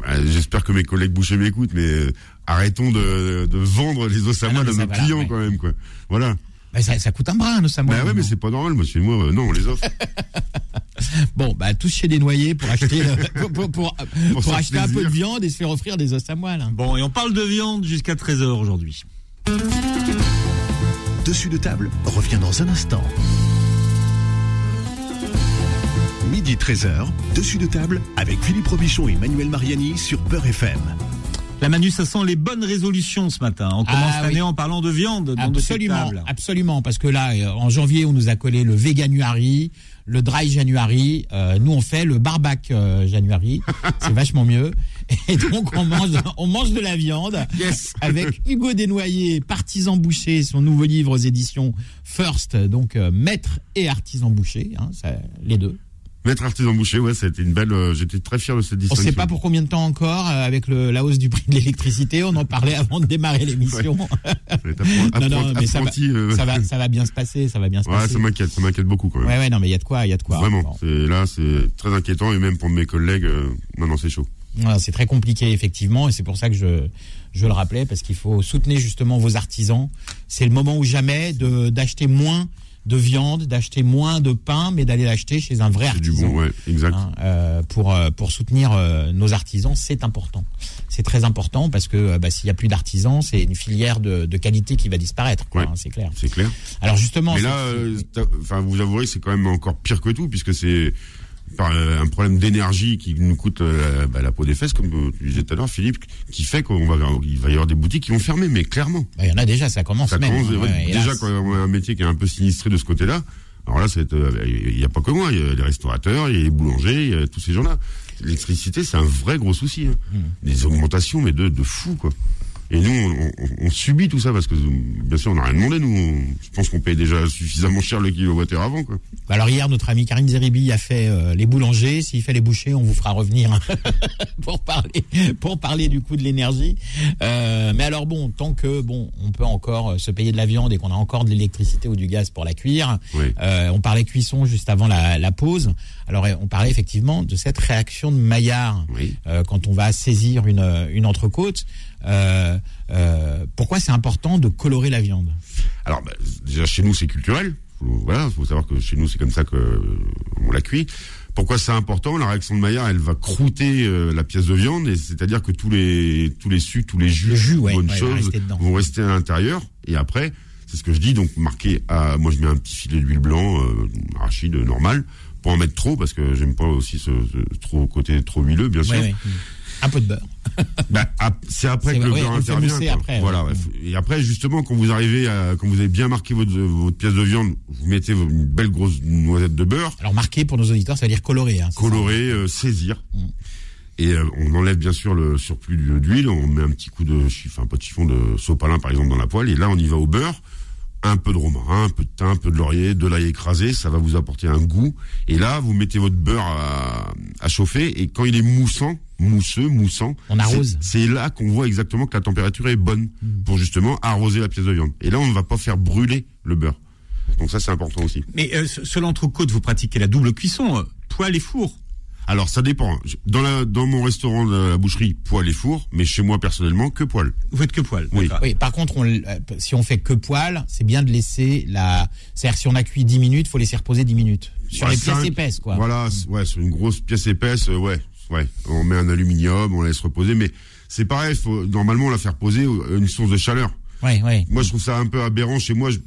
Speaker 4: Euh, J'espère que mes collègues bouchers m'écoutent, mais euh, arrêtons de, de vendre les os à
Speaker 3: Ah non,
Speaker 4: moelle
Speaker 3: mais
Speaker 4: à
Speaker 3: ça,
Speaker 4: nos
Speaker 3: voilà,
Speaker 4: clients,
Speaker 3: ouais.
Speaker 4: quand même, quoi. Voilà.
Speaker 3: bah, ça, ça coûte un bras, un os à moelle.
Speaker 4: bah ouais, mais
Speaker 3: maintenant.
Speaker 4: c'est pas normal. Moi, chez moi, euh, non, on les offre.
Speaker 3: Bon, bah, tous chez des noyers pour acheter, pour, pour, pour- pour
Speaker 4: se faire
Speaker 3: acheter un peu de
Speaker 4: plaisir.
Speaker 3: viande et se faire offrir des os à moelle. hein.
Speaker 2: Bon, et on parle de viande jusqu'à 13h aujourd'hui.
Speaker 1: Dessus de table revient dans un instant. Midi 13h, dessus de table avec Philippe Robichon et Manuel Mariani sur Peur FM.
Speaker 2: La Manu, ça sent les bonnes résolutions ce matin. On commence
Speaker 3: Ah,
Speaker 2: l'année
Speaker 3: oui.
Speaker 2: en parlant de viande dans de cette
Speaker 3: Absolument,
Speaker 2: table.
Speaker 3: absolument, parce que là, euh, en janvier, on nous a collé le Veganuary, le Dry January. euh, nous, on fait le Barbac euh, January. C'est vachement mieux. Et donc, on mange, on mange de la viande avec Hugo Desnoyers, Partisan Boucher, son nouveau livre aux éditions First, donc euh, Maître et Artisan Boucher, hein, ça- les deux.
Speaker 4: Maître artisan boucher, ouais, ça a été une belle. euh, J'étais très fier de cette
Speaker 3: On ne
Speaker 4: distinction.
Speaker 3: sait pas pour combien de temps encore, euh, avec le, la hausse du prix de l'électricité, on en parlait avant de démarrer l'émission.
Speaker 4: Ça va être appren-
Speaker 3: Non, non,
Speaker 4: appren-
Speaker 3: mais ça va,
Speaker 4: apprenti, euh,
Speaker 3: ça, va, ça va bien se passer, ça va bien se
Speaker 4: Ouais,
Speaker 3: passer.
Speaker 4: ça m'inquiète, ça m'inquiète beaucoup quand même.
Speaker 3: Ouais, ouais, non, mais il y a de quoi, il y a de quoi.
Speaker 4: Vraiment,
Speaker 3: Bon.
Speaker 4: Bah, c'est- là c'est très inquiétant et même pour mes collègues, euh, non, non, c'est chaud.
Speaker 3: Voilà, c'est très compliqué, effectivement, et c'est pour ça que je, je le rappelais, parce qu'il faut soutenir justement vos artisans. C'est le moment ou jamais de- d'acheter moins de viande, d'acheter moins de pain, mais d'aller l'acheter chez un vrai
Speaker 4: C'est du
Speaker 3: artisan.
Speaker 4: bon, ouais, exact.
Speaker 3: hein, euh, pour, euh, pour soutenir euh, nos artisans, c'est important. C'est très important parce que euh, bah, s'il n'y a plus d'artisans, c'est une filière de, de qualité qui va disparaître, quoi,
Speaker 4: Ouais.
Speaker 3: hein, c'est clair.
Speaker 4: C'est clair.
Speaker 3: Alors justement,
Speaker 4: Mais
Speaker 3: c'est-
Speaker 4: là, euh, t'as- enfin, vous avouerez, c'est quand même encore pire que tout, puisque c'est par euh, un problème d'énergie qui nous coûte euh, la- bah, la peau des fesses, comme euh, tu disais tout à l'heure, Philippe, qui fait qu'on va, il va y avoir des boutiques qui vont fermer, mais clairement.
Speaker 3: bah, il y en a déjà, ça commence
Speaker 4: Ça
Speaker 3: même.
Speaker 4: commence,
Speaker 3: hein,
Speaker 4: ouais,
Speaker 3: ouais,
Speaker 4: euh, déjà
Speaker 3: hélas.
Speaker 4: quand on a un métier qui est un peu sinistré de ce côté-là. Alors là, c'est, euh, il n'y a pas que moi, il y a les restaurateurs, il y a les boulangers, il y a tous ces gens-là. L'électricité, c'est un vrai gros souci. hein. Des augmentations, mais de, de fou, quoi. Et nous, on, on- on subit tout ça parce que, bien sûr, on n'a rien demandé, nous. On- je pense qu'on paye déjà suffisamment cher le kilowattheure avant, quoi.
Speaker 3: Bah alors hier, notre ami Karim Zeribi a fait euh, les boulangers. S'il fait les bouchers, on vous fera revenir pour parler pour parler du coût de l'énergie. Euh, mais alors bon, tant que bon, on peut encore euh, se payer de la viande et qu'on a encore de l'électricité ou du gaz pour la cuire.
Speaker 4: Oui.
Speaker 3: euh, on parlait cuisson juste avant la, la pause. Alors euh, on parlait effectivement de cette réaction de Maillard
Speaker 4: Oui.
Speaker 3: euh, quand on va saisir une euh, une entrecôte. Euh, euh, pourquoi c'est important de colorer la viande
Speaker 4: Alors, bah, déjà, chez nous, c'est culturel. Faut- Voilà, faut savoir que chez nous, c'est comme ça que euh, on la cuit. Pourquoi c'est important La réaction de Maillard, elle va croûter euh, la pièce de viande, et c'est-à-dire que tous les tous les sucs, tous les jus,
Speaker 3: Le jus, ouais,
Speaker 4: bonnes
Speaker 3: ouais, va
Speaker 4: choses
Speaker 3: rester dedans.
Speaker 4: vont rester à l'intérieur. Et après, c'est ce que je dis. Donc, marqué à, moi, je mets un petit filet d'huile blanc, euh, arachide euh, normal, pour en mettre trop parce que j'aime pas aussi ce, ce trop côté trop huileux, bien sûr.
Speaker 3: Ouais, ouais. Un peu de beurre.
Speaker 4: Bah, ap- c'est après
Speaker 3: C'est
Speaker 4: que le
Speaker 3: vrai,
Speaker 4: beurre
Speaker 3: on le fait
Speaker 4: intervient.
Speaker 3: mousser
Speaker 4: quoi.
Speaker 3: après,
Speaker 4: voilà.
Speaker 3: ouais.
Speaker 4: ouais. Et après, justement, quand vous arrivez, à, quand vous avez bien marqué votre, votre pièce de viande, vous mettez une belle grosse noisette de beurre,
Speaker 3: Alors marqué pour nos auditeurs, ça veut dire coloré. Hein, c'est ça Mm.
Speaker 4: colorée, euh, saisir. Et euh, on enlève bien sûr le surplus d'hu- d'huile, on met un petit coup de chiffon, un peu de chiffon de sopalin par exemple dans la poêle, et là on y va au beurre, un peu de romarin, un peu de thym, un peu de laurier, de l'ail écrasé, ça va vous apporter un goût. Et là vous mettez votre beurre à, à chauffer, et quand il est moussant, mousseux, moussant,
Speaker 3: On arrose. Mm.
Speaker 4: c'est c'est là qu'on voit exactement que la température est bonne pour justement arroser la pièce de viande. Et là on ne va pas faire brûler le beurre. Donc ça c'est important aussi.
Speaker 2: Mais euh, ce- sur l'entrecôte, vous pratiquez la double cuisson, euh, poêle et four.
Speaker 4: Alors ça dépend. Dans, la, dans mon restaurant de la boucherie, poêle et four, mais chez moi personnellement, que poêle.
Speaker 2: Vous faites que poil.
Speaker 4: Oui.
Speaker 2: d'accord.
Speaker 3: Oui, par contre, on, l- euh, si on fait que poil, c'est bien de laisser la. C'est-à-dire, si on a cuit 10 minutes, faut laisser reposer 10 minutes. Sur
Speaker 4: Ouais,
Speaker 3: les pièces
Speaker 4: cinq.
Speaker 3: épaisses, quoi.
Speaker 4: Voilà, c- ouais, sur une grosse pièce épaisse, euh, ouais, ouais. On met un aluminium, on laisse reposer, mais c'est pareil. Faut, normalement, on la faire poser euh, une source de chaleur.
Speaker 3: Ouais, ouais.
Speaker 4: Moi, je trouve ça un peu aberrant. Chez moi, je-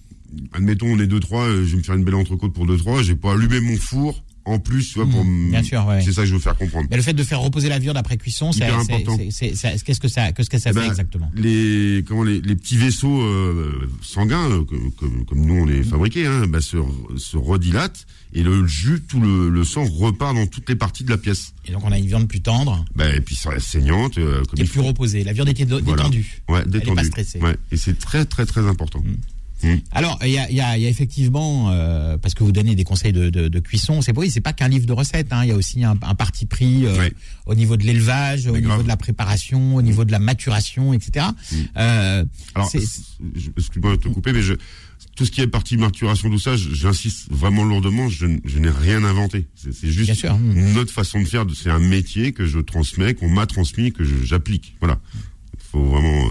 Speaker 4: admettons, on est deux trois, euh, je vais me faire une belle entrecôte pour deux trois. J'ai pas allumé mon four en plus, tu vois, pour. m-
Speaker 3: Mmh, bien sûr, ouais, ouais.
Speaker 4: C'est ça que je veux faire comprendre.
Speaker 3: Mais le fait de faire reposer la viande après cuisson, c'est.
Speaker 4: Hyper
Speaker 3: c'est-
Speaker 4: important.
Speaker 3: c'est- c'est- c'est- Qu'est-ce que ça, qu'est-ce que ça
Speaker 4: Eh
Speaker 3: fait
Speaker 4: ben,
Speaker 3: exactement
Speaker 4: les, comment, les, les petits vaisseaux euh, sanguins, euh, que- comme, comme nous on
Speaker 3: Mm.
Speaker 4: les fabriquait, hein, bah, se, re- se redilatent et le jus, tout le, le sang repart dans toutes les parties de la pièce.
Speaker 3: Et donc, on a une viande plus tendre,
Speaker 4: Bah, et puis ça reste saignante. euh, comme
Speaker 3: qui est
Speaker 4: il
Speaker 3: plus
Speaker 4: faut.
Speaker 3: reposée. La viande était do-
Speaker 4: Voilà.
Speaker 3: détendue.
Speaker 4: Ouais, détendue.
Speaker 3: pas stressée. Mm.
Speaker 4: Ouais, et c'est très très très important.
Speaker 3: Alors, il y a, il y a- il y a effectivement, euh, parce que vous donnez des conseils de, de- de cuisson, c'est oui, c'est pas qu'un livre de recettes. hein, Il y a aussi un, un parti pris euh,
Speaker 4: Ouais.
Speaker 3: au niveau de l'élevage, au
Speaker 4: Mais
Speaker 3: niveau
Speaker 4: grave. Mmh.
Speaker 3: de la préparation, au niveau de la maturation, etc. Euh,
Speaker 4: Alors,
Speaker 3: c'est-
Speaker 4: c- je- excuse-moi de te couper, mais je, tout ce qui est partie maturation, tout ça, je- j'insiste vraiment lourdement, je, n- je n'ai rien inventé. C'est c'est juste
Speaker 3: Bien sûr, hmm.
Speaker 4: notre façon de faire. de- C'est un métier que je transmets, qu'on m'a transmis, que je- j'applique. Voilà. faut vraiment...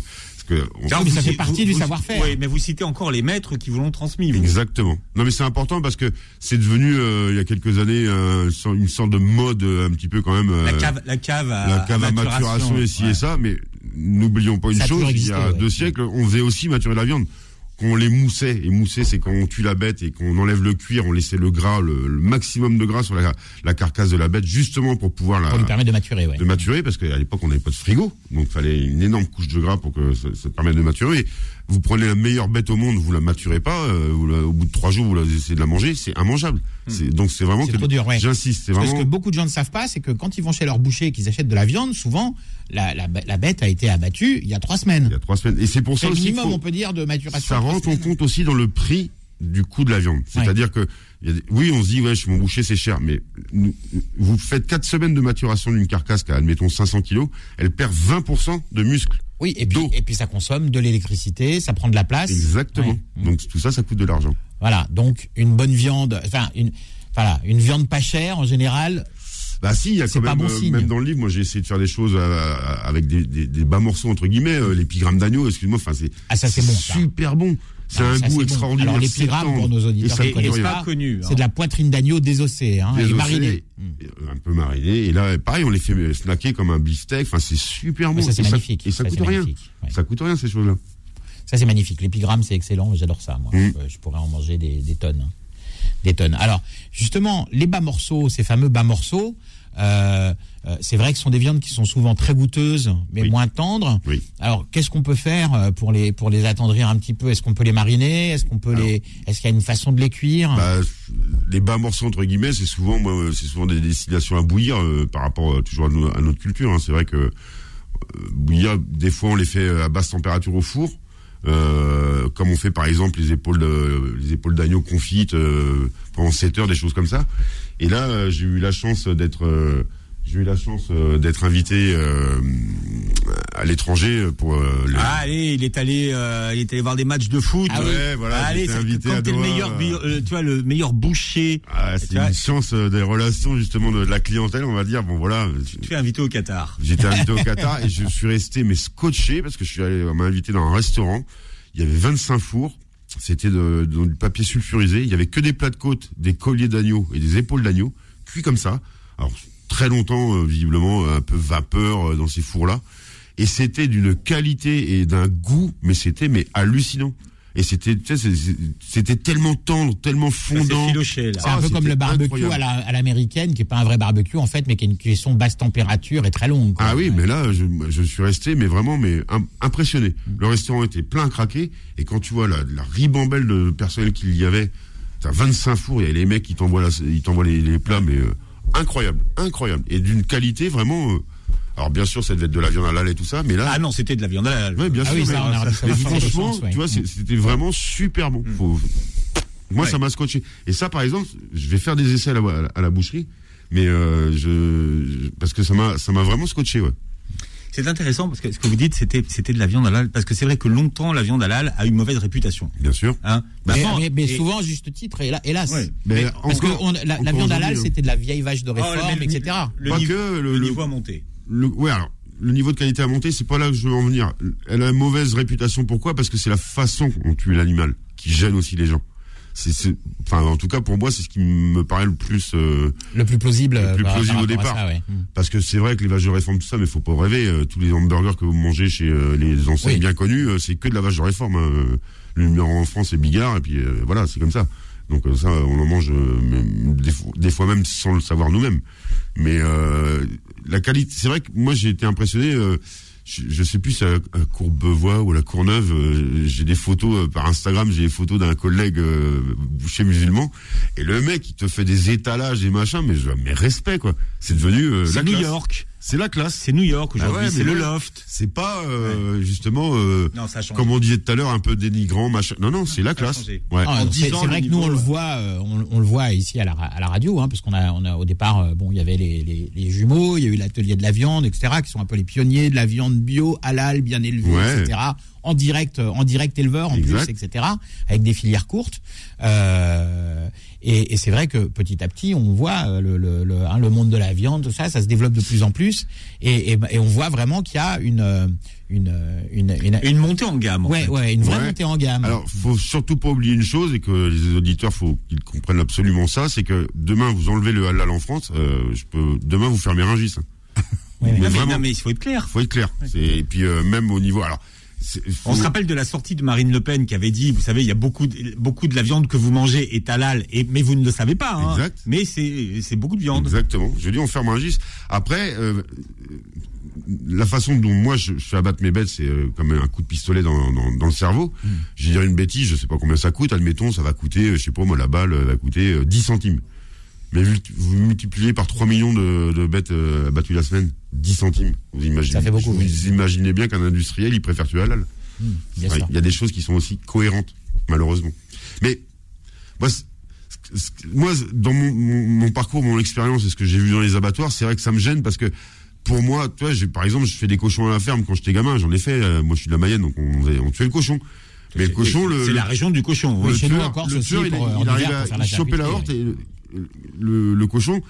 Speaker 4: Parce que on-
Speaker 3: mais ça
Speaker 2: vous-
Speaker 3: fait partie du savoir-faire.
Speaker 2: Oui, mais vous citez encore les maîtres qui vous l'ont transmis. vous.
Speaker 4: Exactement. Non mais c'est important parce que c'est devenu euh, il y a quelques années euh, so- une sorte de mode euh, un petit peu quand même. euh,
Speaker 2: La cave, la cave à,
Speaker 4: la cave à maturation et ci
Speaker 2: ouais.
Speaker 4: et ça, mais n'oublions pas une
Speaker 3: Ça a
Speaker 4: chose,
Speaker 3: toujours
Speaker 4: il y a
Speaker 3: existé, ouais.
Speaker 4: deux siècles, on faisait aussi maturer la viande. Qu'on les moussait. Et mousser, c'est quand on tue la bête et qu'on enlève le cuir, on laissait le gras, le, le maximum de gras sur la, la carcasse de la bête, justement pour pouvoir la,
Speaker 3: pour lui permettre de maturer, ouais.
Speaker 4: de maturer, parce qu'à l'époque, on n'avait pas de frigo. Donc, il fallait une énorme couche de gras pour que ça, ça permette de maturer. Vous prenez la meilleure bête au monde, vous la maturez pas, euh, vous la- au bout de trois jours, vous la essayez de la manger, c'est immangeable. C'est- Donc, c'est vraiment
Speaker 3: C'est
Speaker 4: que.
Speaker 3: trop dur, ouais.
Speaker 4: J'insiste, c'est
Speaker 3: Parce que
Speaker 4: vraiment.
Speaker 3: ce que beaucoup de gens ne savent pas, c'est que quand ils vont chez leur boucher et qu'ils achètent de la viande, souvent la, la, la bête a été abattue il y a trois semaines.
Speaker 4: Il y a trois semaines. Et c'est pour
Speaker 3: C'est
Speaker 4: ça
Speaker 3: le
Speaker 4: aussi. qu'il
Speaker 3: minimum,
Speaker 4: faut-
Speaker 3: on peut dire, de maturation.
Speaker 4: ça
Speaker 3: trois
Speaker 4: rentre en
Speaker 3: semaines.
Speaker 4: compte aussi dans le prix du coût de la viande. C'est-à-dire que, il y a des- oui, on se dit, ouais, je suis mon boucher, c'est cher, mais nous- vous faites 4 semaines de maturation d'une carcasse qui a, admettons, 500 kilos, elle perd 20% de muscles.
Speaker 3: Oui, et puis,
Speaker 4: d'eau.
Speaker 3: et puis ça consomme de l'électricité, ça prend de la place.
Speaker 4: Exactement.
Speaker 3: Ouais.
Speaker 4: Donc tout ça, ça coûte de l'argent.
Speaker 3: Voilà, donc une bonne viande, enfin une, voilà, une viande pas chère en général.
Speaker 4: Bah si, il y a
Speaker 3: C'est
Speaker 4: quand
Speaker 3: pas
Speaker 4: même,
Speaker 3: bon
Speaker 4: euh,
Speaker 3: signe.
Speaker 4: même dans le livre, moi j'ai essayé de faire des choses euh, avec des, des- des bas morceaux entre guillemets, euh, l'épigrammes d'agneau, excuse-moi, enfin c'est
Speaker 3: Ah, ça, c'est bon, ça.
Speaker 4: super bon. C'est
Speaker 3: Ah,
Speaker 4: un
Speaker 3: ça,
Speaker 4: goût
Speaker 3: c'est bon.
Speaker 4: extraordinaire.
Speaker 3: Alors,
Speaker 4: c'est
Speaker 3: l'épigrammes,
Speaker 4: tendre,
Speaker 3: pour nos auditeurs
Speaker 4: et ça
Speaker 3: qui
Speaker 2: Et-
Speaker 4: coûte
Speaker 2: et
Speaker 3: connaissent
Speaker 4: rien.
Speaker 2: c'est
Speaker 3: pas,
Speaker 2: pas connu. hein.
Speaker 3: C'est de la poitrine d'agneau désossée hein, et
Speaker 4: Désossé,
Speaker 3: marinée.
Speaker 4: et, euh, Un peu mariné. Et là, euh, pareil, on les fait euh, snacker comme un beefsteak. Enfin, c'est super bon.
Speaker 3: Mais Ah, ça, c'est
Speaker 4: Et
Speaker 3: magnifique.
Speaker 4: et ça,
Speaker 3: Ça,
Speaker 4: coûte
Speaker 3: c'est
Speaker 4: rien.
Speaker 3: magnifique, ouais.
Speaker 4: Ça coûte rien, ces choses-là.
Speaker 3: Ça, c'est magnifique. L'épigramme, c'est excellent. J'adore ça, moi. Euh,
Speaker 4: Mm.
Speaker 3: Je- Je pourrais en manger des, des tonnes. hein. Des tonnes. Alors, justement, les bas morceaux, ces fameux bas morceaux, euh, euh, c'est vrai que ce sont des viandes qui sont souvent très goûteuses, mais
Speaker 4: Oui.
Speaker 3: moins tendres.
Speaker 4: Oui.
Speaker 3: Alors, qu'est-ce qu'on peut faire euh, pour les, pour les attendrir un petit peu Est-ce qu'on peut les mariner Est-ce qu'on peut les. Est-ce qu'il y a une façon de les cuire
Speaker 4: Bah, les bas morceaux, entre guillemets, c'est souvent, moi, euh, c'est souvent des destinations à bouillir euh, par rapport euh, toujours à, no- à notre culture. hein. C'est vrai que euh, bouillir, des fois, on les fait euh, à basse température au four. euh, comme on fait par exemple les épaules de- les épaules d'agneau confites euh, pendant 7 heures des choses comme ça et là euh, j'ai eu la chance d'être euh, j'ai eu la chance euh, d'être invité euh, à l'étranger pour euh, le-
Speaker 2: Ah, allez, il est allé, euh, il est allé voir des matchs de foot.
Speaker 3: Ah oui.
Speaker 4: Ouais, voilà,
Speaker 2: allez,
Speaker 4: j'étais
Speaker 2: c'est-
Speaker 4: invité à
Speaker 2: quand t'es le
Speaker 4: Doha,
Speaker 2: meilleur,
Speaker 4: euh,
Speaker 2: bu- euh, tu vois, le meilleur boucher.
Speaker 4: Ah,
Speaker 2: tu
Speaker 4: c'est
Speaker 2: vois,
Speaker 4: une chance euh, des relations justement de, de la clientèle, on va dire. Bon voilà,
Speaker 2: tu es invité au Qatar.
Speaker 4: j'étais invité au Qatar et je suis resté mais scotché parce que je suis allé, on m'a invité dans un restaurant. Il y avait 25 fours, c'était de, dans du papier sulfurisé. Il y avait que des plats de côte, des colliers d'agneau et des épaules d'agneau cuits comme ça. Alors très longtemps euh, visiblement un peu vapeur euh, dans ces fours là. Et c'était d'une qualité et d'un goût, mais c'était mais hallucinant. Et c'était, tu sais, c'est- c'est- c'était tellement tendre, tellement
Speaker 2: Ça, C'est
Speaker 4: fondant.
Speaker 2: filoché, là.
Speaker 3: C'est un
Speaker 4: Ah,
Speaker 3: peu comme
Speaker 4: c'était
Speaker 3: le barbecue
Speaker 4: incroyable.
Speaker 3: à la- à l'américaine, qui est pas un vrai barbecue en fait, mais qui est une cuisson basse température et très longue. quoi.
Speaker 4: Ah oui,
Speaker 3: Ouais.
Speaker 4: mais là, je, je suis resté, mais vraiment, mais im- impressionné.
Speaker 3: Mm.
Speaker 4: Le restaurant était plein craqué, et quand tu vois la, la ribambelle de personnel qu'il y avait, t'as 25 fours, il y a les mecs qui t'envoient, la- ils t'envoient les, les plats, mais euh, incroyable, incroyable, et d'une qualité vraiment. euh, alors bien sûr, ça devait être de la viande à l'al et tout ça, mais là,
Speaker 2: Ah non, c'était de la viande. là, là,
Speaker 4: ouais, bien
Speaker 3: Ah
Speaker 4: sûr,
Speaker 3: oui,
Speaker 4: mais,
Speaker 3: ça, on a-
Speaker 4: mais
Speaker 3: ça, ça fait des
Speaker 4: franchement,
Speaker 3: chances, ouais. Mm.
Speaker 4: tu vois, c'est- c'était vraiment super bon. Faut- moi,
Speaker 2: Ouais.
Speaker 4: ça m'a scotché. Et ça, par exemple, je vais faire des essais à la, à la- à la boucherie, mais euh, je, je- parce que ça m'a, ça m'a vraiment scotché, ouais.
Speaker 2: C'est intéressant parce que ce que vous dites, c'était c'était de la viande halal. Parce que c'est vrai que longtemps, la viande halal a une mauvaise réputation.
Speaker 4: Bien sûr.
Speaker 2: Hein
Speaker 3: Mais,
Speaker 2: Avant-
Speaker 3: mais- mais
Speaker 2: et-
Speaker 3: souvent, juste titre, et là, hélas.
Speaker 2: Ouais.
Speaker 4: Mais
Speaker 3: Parce que
Speaker 4: encore-
Speaker 3: on- la, la
Speaker 4: encore
Speaker 3: viande
Speaker 4: aujourd'hui,
Speaker 3: halal,
Speaker 4: hein.
Speaker 3: c'était de la vieille vache de
Speaker 2: Oh,
Speaker 3: réforme,
Speaker 2: mais le-
Speaker 3: etc.
Speaker 2: Le,
Speaker 4: Pas
Speaker 2: niveau,
Speaker 4: que, le-
Speaker 2: le
Speaker 4: le-
Speaker 2: niveau a monté.
Speaker 4: Le, ouais, alors, le niveau de qualité à monter, c'est pas là que je veux en venir. Elle a une mauvaise réputation. Pourquoi Parce que c'est la façon qu'on tue l'animal qui gêne aussi les gens. C'est, c'est- enfin, en tout cas, pour moi, c'est ce qui me paraît le plus. euh,
Speaker 3: Le plus plausible. bah,
Speaker 4: Le plus
Speaker 3: par- par
Speaker 4: plausible au
Speaker 3: rapport à
Speaker 4: départ.
Speaker 3: ça, ouais. Mm.
Speaker 4: parce que c'est vrai que les vaches de réforme, tout ça, mais faut pas rêver. euh, tous les hamburgers que vous mangez chez euh, les enseignes
Speaker 3: Oui.
Speaker 4: bien connues, euh, c'est que de la vache de réforme. hein. Euh, Le numéro un en France, c'est Bigard, et puis euh, voilà, c'est comme ça. Donc euh, ça, on en mange euh, même- des, fois, des fois même sans le savoir nous-mêmes. Mais euh, la qualité, c'est vrai que moi j'ai été impressionné. euh, je, je sais plus, c'est à, à Courbevoie ou à la Courneuve. euh, j'ai des photos euh, par Instagram, j'ai des photos d'un collègue euh, boucher musulman. Et le mec, il te fait des étalages et machin, mais je, mais respect quoi. C'est devenu euh, la
Speaker 2: C'est New
Speaker 4: classe.
Speaker 2: York.
Speaker 4: C'est la classe.
Speaker 2: C'est New York
Speaker 4: Ah ouais,
Speaker 2: aujourd'hui.
Speaker 4: mais
Speaker 2: c'est le
Speaker 4: ouais.
Speaker 2: loft.
Speaker 4: C'est pas euh, justement, euh,
Speaker 2: Non, ça change.
Speaker 4: comme on disait tout à l'heure, un peu dénigrant, machin. Non, non, c'est la classe.
Speaker 2: changé.
Speaker 4: Ouais.
Speaker 3: Ah, donc,
Speaker 2: dix
Speaker 3: c'est
Speaker 2: ans,
Speaker 3: c'est vrai
Speaker 2: le
Speaker 3: que nous on
Speaker 2: niveau,
Speaker 3: le
Speaker 2: ouais.
Speaker 3: voit, euh, on, on le voit ici à la, ra- à la radio, hein, parce qu'on a, on a au départ, euh, bon, il y avait les, les- les jumeaux, il y a eu l'atelier de la viande, etc., qui sont un peu les pionniers de la viande bio, halal, bien élevée,
Speaker 4: Ouais.
Speaker 3: etc. En direct, euh, en direct éleveur, en
Speaker 4: Exact.
Speaker 3: plus, etc. Avec des filières courtes. Euh, et et c'est vrai que petit à petit, on voit euh, le, le, le, hein, le monde de la viande, tout ça, ça se développe de plus en plus, et, et- et on voit vraiment qu'il y a une, euh, une, euh, une, une,
Speaker 2: Une montée en gamme. en
Speaker 3: ouais,
Speaker 2: fait.
Speaker 3: ouais, une vraie
Speaker 4: Ouais.
Speaker 3: montée en gamme.
Speaker 4: Alors, faut surtout pas oublier une chose et que les auditeurs faut qu'ils comprennent absolument ça, c'est que demain vous enlevez le halal en France, euh, je peux demain vous fermez Rungis. Hein.
Speaker 3: Ouais,
Speaker 2: Non,
Speaker 3: ouais.
Speaker 4: Mais
Speaker 2: mais,
Speaker 4: vraiment,
Speaker 2: non, mais il faut être clair.
Speaker 4: faut être clair. C'est- Et puis euh, même au niveau, alors, c'est- faut-
Speaker 2: On se rappelle de la sortie de Marine Le Pen qui avait dit, vous savez, il y a beaucoup de, beaucoup de la viande que vous mangez est halal, et, mais vous ne le savez pas. hein.
Speaker 4: Exact.
Speaker 2: Mais c'est c'est beaucoup de viande.
Speaker 4: Exactement. Je dis, on ferme un gis. Après, euh, euh, la façon dont moi je, je fais abattre mes bêtes, c'est euh, comme un coup de pistolet dans, dans, dans le cerveau.
Speaker 3: Hmm.
Speaker 4: Je vais dire une bêtise, je sais pas combien ça coûte. Admettons, ça va coûter, euh, je sais pas moi, la balle euh, va coûter euh, 10 centimes. Mais vu que vous multipliez par 3 millions de, de bêtes euh, abattues la semaine, 10 centimes. Vous imaginez,
Speaker 3: Ça fait beaucoup,
Speaker 4: Vous
Speaker 3: oui.
Speaker 4: imaginez bien qu'un industriel, il préfère tuer halal.
Speaker 3: Bien
Speaker 4: Ouais,
Speaker 3: sûr.
Speaker 4: Il y a des choses qui sont aussi cohérentes, malheureusement. Mais moi, c- c- moi dans mon, mon- mon parcours, mon expérience et ce que j'ai vu dans les abattoirs, c'est vrai que ça me gêne parce que pour moi, tu vois, j'ai- par exemple, je fais des cochons à la ferme quand j'étais gamin, j'en ai fait. euh, moi, je suis de la Mayenne, donc on, faisait- on tuait le cochon. Mais le cochon, le,
Speaker 2: C'est
Speaker 4: le-
Speaker 2: la région du cochon.
Speaker 3: Oui,
Speaker 2: hein.
Speaker 4: le
Speaker 3: chez nous
Speaker 4: tueur-
Speaker 3: encore,
Speaker 4: le
Speaker 3: c'est aussi
Speaker 4: tueur, il,
Speaker 3: pour, euh, en
Speaker 4: il
Speaker 3: hiver,
Speaker 4: arrive
Speaker 3: pour faire
Speaker 4: à
Speaker 3: la
Speaker 4: il choper la horte
Speaker 3: charcuterie,
Speaker 4: et le, le- le cochon,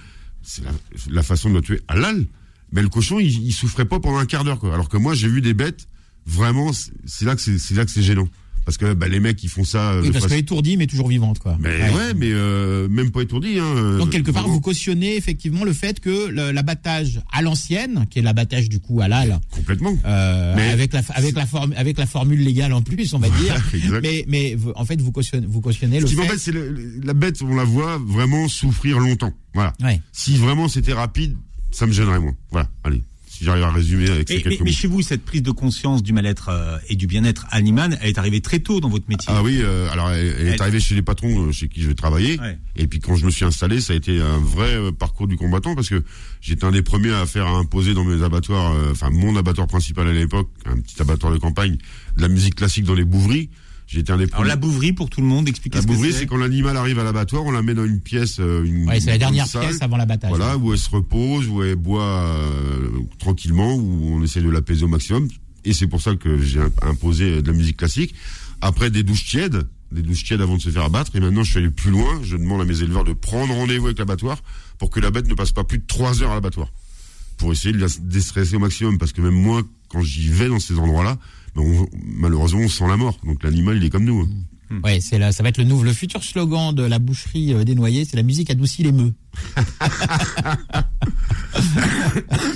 Speaker 4: c'est la, la façon de le tuer halal. Mais le cochon, il, il souffrait pas pendant un quart d'heure, quoi. Alors que moi, j'ai vu des bêtes, vraiment, c'est c'est là que c'est c'est là que c'est gênant. Parce que bah, les mecs, ils font ça. euh,
Speaker 3: Oui,
Speaker 4: de
Speaker 3: parce
Speaker 4: façon-
Speaker 3: qu'elle est étourdie, mais toujours vivante, quoi.
Speaker 4: Mais
Speaker 3: Ouais.
Speaker 4: ouais, mais euh, même pas étourdi. Hein, euh,
Speaker 3: Donc quelque part,
Speaker 4: vraiment.
Speaker 3: vous cautionnez effectivement le fait que le- l'abattage à l'ancienne, qui est l'abattage du coup halal,
Speaker 4: complètement.
Speaker 3: euh,
Speaker 4: Mais
Speaker 3: avec la avec la forme avec la formule légale en plus, on va dire.
Speaker 4: Exact.
Speaker 3: mais mais vous- en fait, vous cautionnez vous cautionnez
Speaker 4: Ce
Speaker 3: le
Speaker 4: qui
Speaker 3: fait.
Speaker 4: m'embête, c'est le- le- la bête, on la voit vraiment souffrir longtemps. Voilà.
Speaker 3: Ouais.
Speaker 4: Si vraiment c'était rapide, ça me gênerait moins. Voilà. Allez, si j'arrive à résumer avec ces
Speaker 2: Mais, mais-
Speaker 4: quelques
Speaker 2: mais
Speaker 4: mots.
Speaker 2: chez vous, cette prise de conscience du mal-être euh, et du bien-être animal, elle est arrivée très tôt dans votre métier.
Speaker 4: Ah oui, euh, alors elle, elle
Speaker 2: Elle-
Speaker 4: est arrivée chez les patrons euh, chez qui je travaillais.
Speaker 2: Ouais.
Speaker 4: Et puis quand je me suis installé, ça a été un vrai euh, parcours du combattant parce que j'étais un des premiers à faire à imposer dans mes abattoirs, euh, enfin mon abattoir principal à l'époque, un petit abattoir de campagne, de la musique classique dans les bouveries. J'étais un des
Speaker 2: Alors
Speaker 4: premiers.
Speaker 2: la bouverie, pour tout le monde, expliquez
Speaker 4: La
Speaker 2: ce que
Speaker 4: bouverie,
Speaker 2: c'est.
Speaker 4: c'est quand l'animal arrive à l'abattoir, on la met dans une pièce, euh, une,
Speaker 3: Ouais, c'est la
Speaker 4: une
Speaker 3: dernière
Speaker 4: salle,
Speaker 3: pièce avant l'abattage.
Speaker 4: Voilà, où elle se repose, où elle boit euh, tranquillement, où on essaie de l'apaiser au maximum. Et c'est pour ça que j'ai imp- imposé de la musique classique. Après, des douches tièdes, des douches tièdes avant de se faire abattre. Et maintenant, je suis allé plus loin. Je demande à mes éleveurs de prendre rendez-vous avec l'abattoir pour que la bête ne passe pas plus de trois heures à l'abattoir. Pour essayer de la déstresser au maximum. Parce que même moi, quand j'y vais dans ces endroits-là, ben, on- malheureusement, on sent la mort. Donc l'animal, il est comme nous. hein.
Speaker 3: Ouais, c'est là, ça va être le nouveau, le futur slogan de la boucherie euh, dénoyée, c'est la musique adoucit les meux.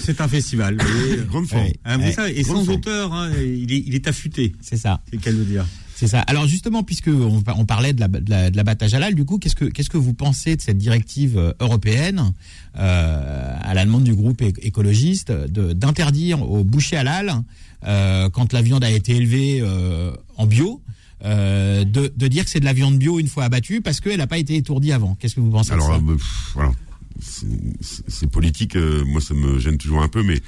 Speaker 2: C'est un festival. vous voyez.
Speaker 4: Grande forme.
Speaker 3: Ouais.
Speaker 2: Hein, vous
Speaker 3: Ouais.
Speaker 2: savez, et sans
Speaker 4: Bonne
Speaker 2: auteur, hein, il, est, il est affûté.
Speaker 3: C'est ça.
Speaker 2: C'est qu'elle veut dire.
Speaker 3: C'est ça. Alors justement, puisque on, on parlait de la- de la- de l'abattage halal, du coup, qu'est-ce que qu'est-ce que vous pensez de cette directive euh, européenne euh, à la demande du groupe é- écologiste de- d'interdire aux bouchers halal euh, quand la viande a été élevée euh, en bio euh, de, de dire que c'est de la viande bio une fois abattue parce qu'elle n'a pas été étourdie avant. Qu'est-ce que vous pensez
Speaker 4: Alors,
Speaker 3: de ça
Speaker 4: euh, pff, voilà. C'est- C'est c'est politique, euh, moi ça me gêne toujours un peu, mais.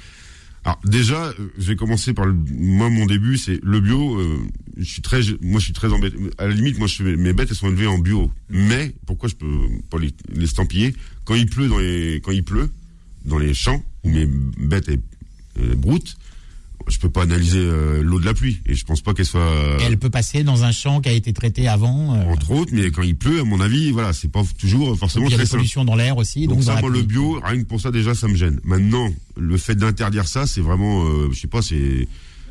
Speaker 4: Alors, déjà, euh, je vais commencer par le- moi mon début, c'est le bio. euh, je suis très, moi je suis très embêté. À la limite, moi je, fais- mes bêtes elles sont élevées en bio. Mais pourquoi je peux pas les l'estampiller quand il pleut dans les quand il pleut dans les champs où mes bêtes elles- elles broutent, je peux pas analyser euh, l'eau de la pluie et je pense pas qu'elle soit euh,
Speaker 3: Elle peut passer dans un champ qui a été traité avant. euh,
Speaker 4: entre autres, mais quand il pleut, à mon avis, voilà, c'est pas toujours forcément
Speaker 3: il y a
Speaker 4: très
Speaker 3: des
Speaker 4: simple.
Speaker 3: pollutions dans l'air aussi.
Speaker 4: Donc,
Speaker 3: Donc, dans
Speaker 4: ça,
Speaker 3: la
Speaker 4: moi, le
Speaker 3: pluie.
Speaker 4: bio, rien que pour ça, déjà, ça me gêne. Maintenant, le fait d'interdire ça, c'est vraiment, euh, je sais pas, c'est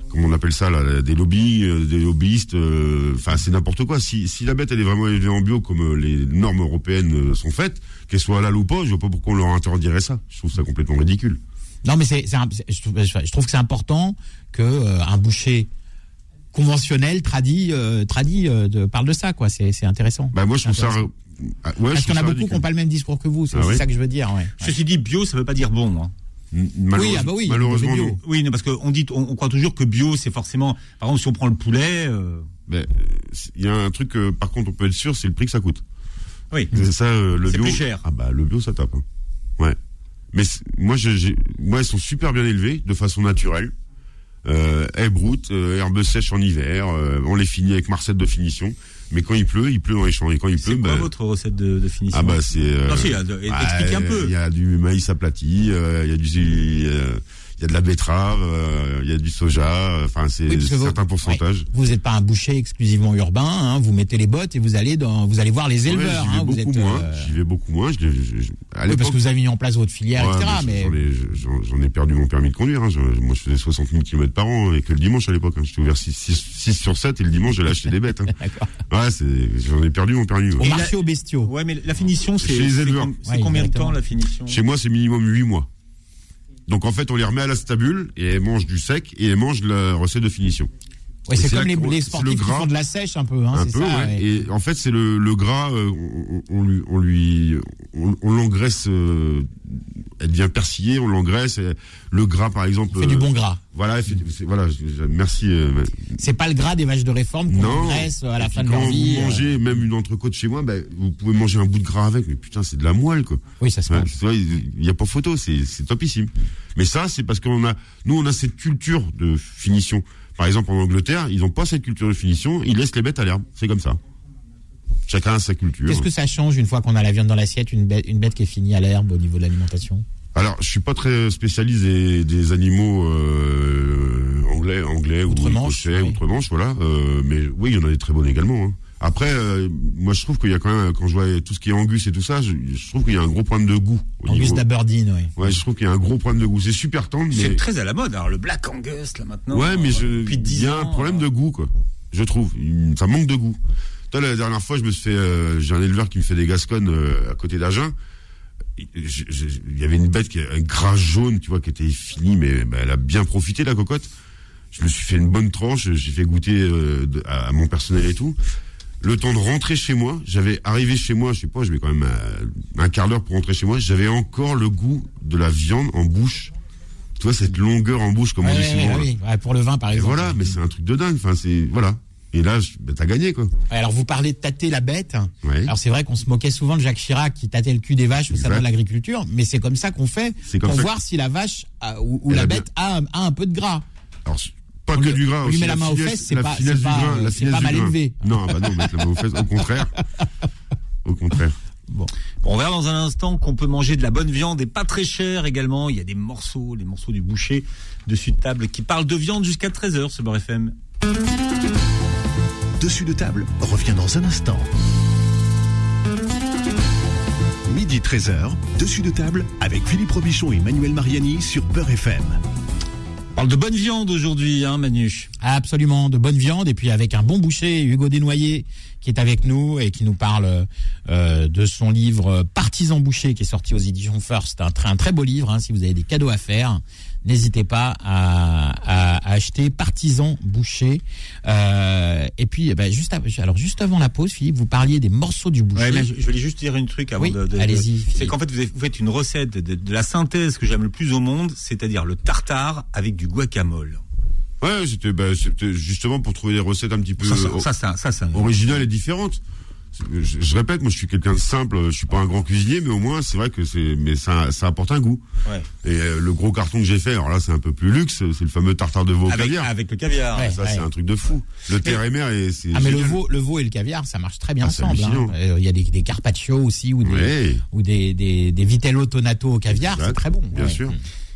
Speaker 4: comment on appelle ça, là, des lobbies, euh, des lobbyistes. euh, Enfin, c'est n'importe quoi. Si, si la bête elle est vraiment élevée en bio, comme euh, les normes européennes euh, sont faites, qu'elle soit halal ou pas, je vois pas pourquoi on leur interdirait ça. Je trouve ça complètement ridicule.
Speaker 3: Non, mais c'est, c'est un- c'est- je, trouve, je trouve que c'est important que euh, un boucher conventionnel tradit, euh, tradit euh, de- parle de ça, quoi. C'est, c'est intéressant.
Speaker 4: Bah moi, je trouve ça.
Speaker 3: Intéressant.
Speaker 4: Ah, ouais, je
Speaker 3: Parce
Speaker 4: trouve
Speaker 3: qu'on a
Speaker 4: ça
Speaker 3: beaucoup qui
Speaker 4: ridicule.
Speaker 3: n'ont pas le même discours que vous. C'est
Speaker 4: Ah
Speaker 3: aussi
Speaker 4: oui.
Speaker 3: ça que je veux dire. ouais. Ouais.
Speaker 2: Ceci dit, bio, ça veut pas dire bon. hein.
Speaker 4: M- malheureuse-
Speaker 3: ah bah oui,
Speaker 4: malheureusement,
Speaker 3: mauvais bio.
Speaker 4: non.
Speaker 2: Oui, non, parce qu'on dit, on, on croit toujours que bio, c'est forcément. Par exemple, si on prend le poulet, euh,
Speaker 4: Mais, euh, il y a un truc, euh, par contre, on peut être sûr, c'est le prix que ça coûte.
Speaker 2: oui.
Speaker 4: C'est ça, euh, le
Speaker 2: C'est
Speaker 4: bio.
Speaker 2: plus cher.
Speaker 4: Ah bah le bio, ça tape. hein. Ouais. Mais c'est- moi, je, j'ai- moi, elles sont super bien élevées, de façon naturelle. Euh, haies broutes, euh, herbes sèches en hiver. euh, on les finit avec marcette de finition. Mais quand il pleut, il pleut dans les champs. Et quand il
Speaker 2: C'est
Speaker 4: pleut,
Speaker 2: quoi
Speaker 4: bah,
Speaker 2: votre recette de, de finition
Speaker 4: ah bah c'est. euh,
Speaker 2: Non, si, euh, de-
Speaker 4: bah,
Speaker 2: expliquez un
Speaker 4: Il
Speaker 2: peu.
Speaker 4: y a du maïs aplati, euh, il y a du, euh, il y a de la betterave, euh, il y a du soja. euh, Enfin, c'est
Speaker 3: Oui, parce que vous-
Speaker 4: certains pourcentages.
Speaker 3: ouais. Vous n'êtes pas un boucher exclusivement urbain. hein. Vous mettez les bottes et vous allez dans, vous allez voir les
Speaker 4: Ouais,
Speaker 3: éleveurs.
Speaker 4: j'y vais
Speaker 3: hein. Vous
Speaker 4: beaucoup
Speaker 3: êtes,
Speaker 4: moins.
Speaker 3: euh,
Speaker 4: J'y vais beaucoup moins. Je, l'ai- je- je- à
Speaker 3: oui, parce
Speaker 4: l'époque,
Speaker 3: que vous avez mis en place votre filière,
Speaker 4: Ouais,
Speaker 3: etc.
Speaker 4: mais
Speaker 3: Mais,
Speaker 4: j'en- J'en ai- j'en- j'en ai perdu mon permis de conduire. hein. Je- moi, je faisais 60 000 km par an et que le dimanche à l'époque. hein. J'étais ouvert 6, sur 7 et le dimanche, j'allais acheter des bêtes. hein.
Speaker 3: D'accord.
Speaker 4: Ouais, c'est- j'en ai perdu mon permis. ouais.
Speaker 3: au
Speaker 2: Et la-
Speaker 3: marché aux bestiaux.
Speaker 2: Ouais, mais la finition, c'est.
Speaker 4: Chez les
Speaker 2: c'est
Speaker 4: éleveurs.
Speaker 2: com- C'est
Speaker 3: Ouais,
Speaker 2: combien de
Speaker 3: exactement.
Speaker 2: temps la finition
Speaker 4: Chez moi, c'est minimum 8 mois. Donc, en fait, on les remet à la stabule et elles mangent du sec et elles mangent la recette de finition.
Speaker 3: Ouais,
Speaker 4: Et
Speaker 3: c'est
Speaker 4: c'est
Speaker 3: comme
Speaker 4: là
Speaker 3: les,
Speaker 4: qu'on-
Speaker 3: les
Speaker 4: c'est le
Speaker 3: sportifs qui
Speaker 4: gras.
Speaker 3: font de la sèche un peu. Hein,
Speaker 4: un
Speaker 3: c'est
Speaker 4: peu,
Speaker 3: ça,
Speaker 4: ouais.
Speaker 3: ouais.
Speaker 4: Et en fait, c'est le, le gras, euh, on, on- on lui, on lui, on, on l'engraisse, euh, elle devient persillée, on l'engraisse. et Le gras, par exemple.
Speaker 3: On fait du
Speaker 4: euh,
Speaker 3: bon gras.
Speaker 4: Voilà, elle fait du- c'est- voilà. je- je- Merci. euh,
Speaker 3: C'est pas le gras des vaches de réforme qu'on
Speaker 4: Non.
Speaker 3: graisse à
Speaker 4: Et
Speaker 3: la
Speaker 4: puis
Speaker 3: fin de
Speaker 4: quand
Speaker 3: leur vie.
Speaker 4: Vous
Speaker 3: euh,
Speaker 4: mangez même une entrecôte chez moi, ben, vous pouvez manger un bout de gras avec, mais putain, c'est de la moelle, quoi.
Speaker 3: Oui, ça se
Speaker 4: Ouais,
Speaker 3: mange.
Speaker 4: tu vois, Il n'y a pas photo, c'est c'est topissime. Mais ça, c'est parce qu'on a, nous, on a cette culture de finition. Par exemple, en Angleterre, ils n'ont pas cette culture de finition, ils laissent les bêtes à l'herbe. C'est comme ça. Chacun a sa culture.
Speaker 3: Qu'est-ce que ça change une fois qu'on a la viande dans l'assiette, une bête, une bête qui est finie à l'herbe au niveau de l'alimentation
Speaker 4: Alors, je suis pas très spécialiste des, des animaux euh, anglais, anglais ou
Speaker 3: Outre-Manche,
Speaker 4: écossais,
Speaker 3: oui.
Speaker 4: outre-Manche, voilà. Euh, mais oui, il y en a des très bonnes également. hein. Après, euh, moi, je trouve qu'il y a quand même, quand je vois tout ce qui est angus et tout ça, je, je trouve qu'il y a un gros problème de goût. au
Speaker 3: Angus
Speaker 4: niveau-
Speaker 3: d'Aberdeen, oui.
Speaker 4: Ouais, je trouve qu'il y a un gros problème de goût. C'est super tendre,
Speaker 2: C'est
Speaker 4: mais
Speaker 2: très à la mode, alors le Black Angus, là maintenant.
Speaker 4: ouais, mais je,
Speaker 2: Depuis 10
Speaker 4: il y a un
Speaker 2: ans, euh.
Speaker 4: problème de goût, quoi. Je trouve, Il- ça manque de goût. Toi, la dernière fois, je me suis fait, euh, j'ai un éleveur qui me fait des gasconnes euh, à côté d'Agen. Et je- je- je- Il y avait une bête qui un gras jaune, tu vois, qui était finie, mais bah, elle a bien profité la cocotte. Je me suis fait une bonne tranche, j'ai fait goûter euh, de- à, à mon personnel et tout. Le temps de rentrer chez moi, j'avais arrivé chez moi, je sais pas, je mets quand même euh, un quart d'heure pour rentrer chez moi, j'avais encore le goût de la viande en bouche. Tu vois, cette longueur en bouche, comme
Speaker 3: Ouais,
Speaker 4: on dit
Speaker 3: ouais,
Speaker 4: souvent.
Speaker 3: ouais,
Speaker 4: là.
Speaker 3: oui. Ouais, pour le vin, par
Speaker 4: Et
Speaker 3: exemple.
Speaker 4: voilà, mais c'est un truc de dingue. Enfin, c'est voilà. Et là, je- ben, t'as gagné quoi.
Speaker 3: Ouais, Alors, vous parlez de tâter la bête.
Speaker 4: Ouais.
Speaker 3: Alors, c'est vrai qu'on se moquait souvent de Jacques Chirac qui tâtait le cul des vaches au salon
Speaker 4: Exact.
Speaker 3: de l'agriculture, mais c'est comme ça qu'on fait
Speaker 4: C'est comme
Speaker 3: pour
Speaker 4: ça que-
Speaker 3: voir si la vache a- ou, ou
Speaker 4: Elle
Speaker 3: la
Speaker 4: a bien-
Speaker 3: bête a, un- a un peu de gras.
Speaker 4: Alors c'est pas
Speaker 3: On
Speaker 4: que
Speaker 3: lui-
Speaker 4: du gras.
Speaker 3: on lui
Speaker 4: aussi,
Speaker 3: met la main aux
Speaker 4: finesse-
Speaker 3: fesses, c'est
Speaker 4: la
Speaker 3: pas-
Speaker 4: finesse
Speaker 3: c'est
Speaker 4: du
Speaker 3: pas,
Speaker 4: grain,
Speaker 3: euh,
Speaker 4: la
Speaker 3: c'est
Speaker 4: finesse
Speaker 3: pas
Speaker 4: du
Speaker 3: mal
Speaker 4: grain.
Speaker 3: élevé.
Speaker 4: Non, bah non, mettre la main aux fesses. Au contraire. Au contraire.
Speaker 2: Bon, on verra dans un instant qu'on peut manger de la bonne viande et pas très cher également. Il y a des morceaux, les morceaux du boucher dessus de table qui parlent de viande jusqu'à 13h ce Beurre FM.
Speaker 1: Dessus de table revient dans un instant. Midi 13h, dessus de table avec Philippe Robichon et Manuel Mariani sur Peur FM.
Speaker 2: On parle de bonne viande aujourd'hui, hein, Manu.
Speaker 3: Absolument, de bonne viande et puis avec un bon boucher, Hugo Desnoyers, qui est avec nous et qui nous parle euh, de son livre euh, Partisan boucher qui est sorti aux éditions First. Un, tr- un très beau livre, hein, si vous avez des cadeaux à faire, n'hésitez pas à, à- à acheter Partisan boucher. Euh, et puis, eh ben, juste, av- alors juste avant la pause, Philippe, vous parliez des morceaux du boucher.
Speaker 2: Ouais, mais je, je voulais juste dire une truc avant
Speaker 3: Oui,
Speaker 2: de. de-
Speaker 3: allez-y,
Speaker 2: de- C'est
Speaker 3: Philippe.
Speaker 2: qu'en fait, vous avez- vous faites une recette de, de la synthèse que j'aime le plus au monde, c'est-à-dire le tartare avec du guacamole.
Speaker 4: Ouais, c'était bah, c'était justement pour trouver des recettes un petit peu
Speaker 2: Ça, ça,
Speaker 4: euh,
Speaker 2: ça, ça, ça, ça-
Speaker 4: originales et différentes. Je, je répète, moi, je suis quelqu'un de simple. Je suis pas un grand cuisinier, mais au moins, c'est vrai que c'est, mais ça, ça apporte un goût.
Speaker 2: ouais.
Speaker 4: Et euh, le gros carton que j'ai fait, alors là, c'est un peu plus luxe. C'est le fameux tartare de veau au
Speaker 2: avec,
Speaker 4: caviar.
Speaker 2: avec le caviar.
Speaker 3: ah, Ouais.
Speaker 4: Ça, c'est un truc de fou. Le terre et mer, et c'est.
Speaker 3: Ah mais le
Speaker 4: génial.
Speaker 3: veau, le veau et le caviar, ça marche très bien
Speaker 4: Ah, c'est
Speaker 3: ensemble. hein. Euh,
Speaker 4: hallucinant.
Speaker 3: Il y a des, des carpaccio aussi ou des,
Speaker 4: Ouais.
Speaker 3: ou des, des, des vitello tonato au caviar,
Speaker 4: Exact.
Speaker 3: c'est très bon.
Speaker 4: Bien
Speaker 3: ouais.
Speaker 4: sûr.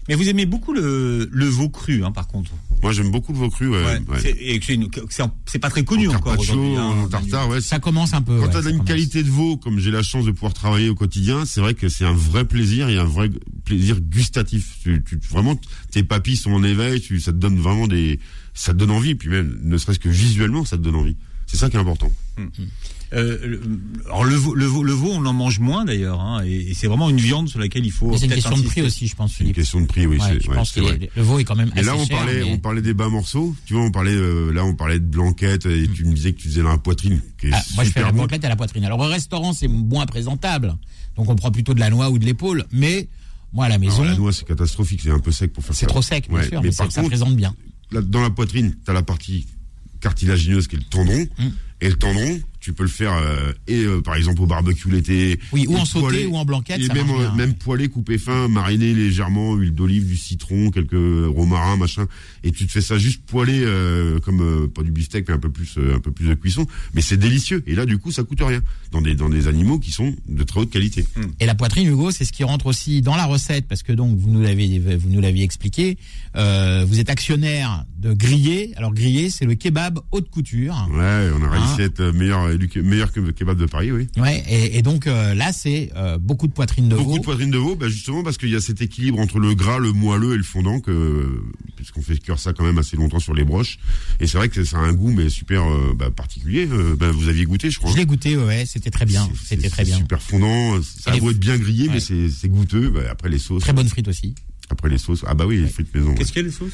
Speaker 2: Mais vous aimez beaucoup le, le veau cru, hein, par contre.
Speaker 4: Moi, j'aime beaucoup le veau cru, ouais.
Speaker 2: Ouais.
Speaker 4: Euh, ouais.
Speaker 2: C'est- et que c'est une- que c'est en- c'est pas très connu
Speaker 4: En
Speaker 2: encore
Speaker 4: carpaccio,
Speaker 2: aujourd'hui. hein,
Speaker 4: en
Speaker 2: Manu.
Speaker 4: tartare, ouais.
Speaker 3: Ça commence un peu.
Speaker 4: Quand
Speaker 3: ouais,
Speaker 4: t'as
Speaker 3: ça
Speaker 4: une
Speaker 3: commence.
Speaker 4: qualité de veau, comme j'ai la chance de pouvoir travailler au quotidien, c'est vrai que c'est un vrai plaisir et un vrai plaisir gustatif. Tu, tu- vraiment, tes papilles sont en éveil, tu, ça te donne vraiment des, ça te donne envie, puis même, ne serait-ce que visuellement, ça te donne envie. C'est ça qui est important.
Speaker 2: Euh, le- alors le veau, le, veau, le veau, on en mange moins d'ailleurs, hein, et, et c'est vraiment une viande sur laquelle il faut.
Speaker 3: Mais c'est une
Speaker 2: peut-être
Speaker 3: question de prix
Speaker 2: insister.
Speaker 3: aussi, je pense,
Speaker 4: C'est une
Speaker 3: Philippe.
Speaker 4: question de prix, oui.
Speaker 3: Ouais,
Speaker 4: c'est-
Speaker 3: je
Speaker 4: ouais,
Speaker 3: pense
Speaker 4: c'est
Speaker 3: que
Speaker 4: vrai.
Speaker 3: les- le veau est quand même
Speaker 4: Mais
Speaker 3: assez
Speaker 4: là, on
Speaker 3: cher,
Speaker 4: parlait,
Speaker 3: mais-
Speaker 4: on parlait des bas morceaux. Tu vois, on parlait, euh, là, on parlait de blanquette et tu me disais que tu faisais la poitrine, qui est
Speaker 3: Ah, moi, je fais
Speaker 4: super
Speaker 3: la
Speaker 4: bon.
Speaker 3: banquette à la poitrine. Alors, au restaurant, c'est moins présentable. Donc, on prend plutôt de la noix ou de l'épaule. Mais, moi, à la maison,
Speaker 4: Alors, la noix, c'est catastrophique, c'est un peu sec pour faire ça.
Speaker 3: c'est trop sec, bien
Speaker 4: Ouais,
Speaker 3: sûr.
Speaker 4: mais
Speaker 3: Mais,
Speaker 4: par
Speaker 3: ça- ça
Speaker 4: contre,
Speaker 3: présente bien.
Speaker 4: là, dans la poitrine, tu as la partie cartilagineuse qui est le tendon.
Speaker 3: Mm.
Speaker 4: Et le tendon, tu peux le faire, euh, et euh, par exemple au barbecue l'été.
Speaker 3: Oui, ou en sauté,
Speaker 4: poêlé,
Speaker 3: ou en blanquette,
Speaker 4: Et
Speaker 3: ça
Speaker 4: même,
Speaker 3: marche
Speaker 4: euh,
Speaker 3: bien,
Speaker 4: même
Speaker 3: ouais.
Speaker 4: poêlé, coupé fin, mariné légèrement, huile d'olive, du citron, quelques romarins, machin. Et tu te fais ça juste poêlé, euh, comme euh, pas du beefsteak, mais un peu plus, euh, un peu plus de cuisson. Mais c'est délicieux. Et là, du coup, ça coûte rien. Dans des, dans des animaux qui sont de très haute qualité.
Speaker 3: Et la poitrine, Hugo, c'est ce qui rentre aussi dans la recette, parce que donc vous nous l'avez, vous nous l'aviez expliqué. Euh, vous êtes actionnaire de Grillé. Alors Grillé, c'est le kebab haute couture.
Speaker 4: Ouais, on a réussi
Speaker 3: Ah.
Speaker 4: à être meilleur, élu- meilleur que le kebab de Paris, oui.
Speaker 3: Ouais. Et, et donc euh, là, c'est euh, beaucoup de poitrine de
Speaker 4: Beaucoup
Speaker 3: veau.
Speaker 4: de poitrine de veau, bah justement parce qu'il y a cet équilibre entre le gras, le moelleux et le fondant, que, euh, puisqu'on fait cuire ça quand même assez longtemps sur les broches. Et c'est vrai que ça a un goût mais super euh, bah, particulier. Euh, bah, vous aviez goûté, je crois.
Speaker 3: Je l'ai goûté, ouais, ouais, c'était très bien,
Speaker 4: C'est-
Speaker 3: c'était
Speaker 4: c'est-
Speaker 3: très
Speaker 4: c'est
Speaker 3: bien.
Speaker 4: Super fondant, ça
Speaker 3: Et les-
Speaker 4: doit être bien grillé,
Speaker 3: Ouais.
Speaker 4: mais c'est c'est goûteux. Bah, après les sauces,
Speaker 3: Très bonne frite aussi.
Speaker 4: après les sauces. Ah bah oui, les frites maison. ouais.
Speaker 2: Qu'est-ce qu'il y a les sauces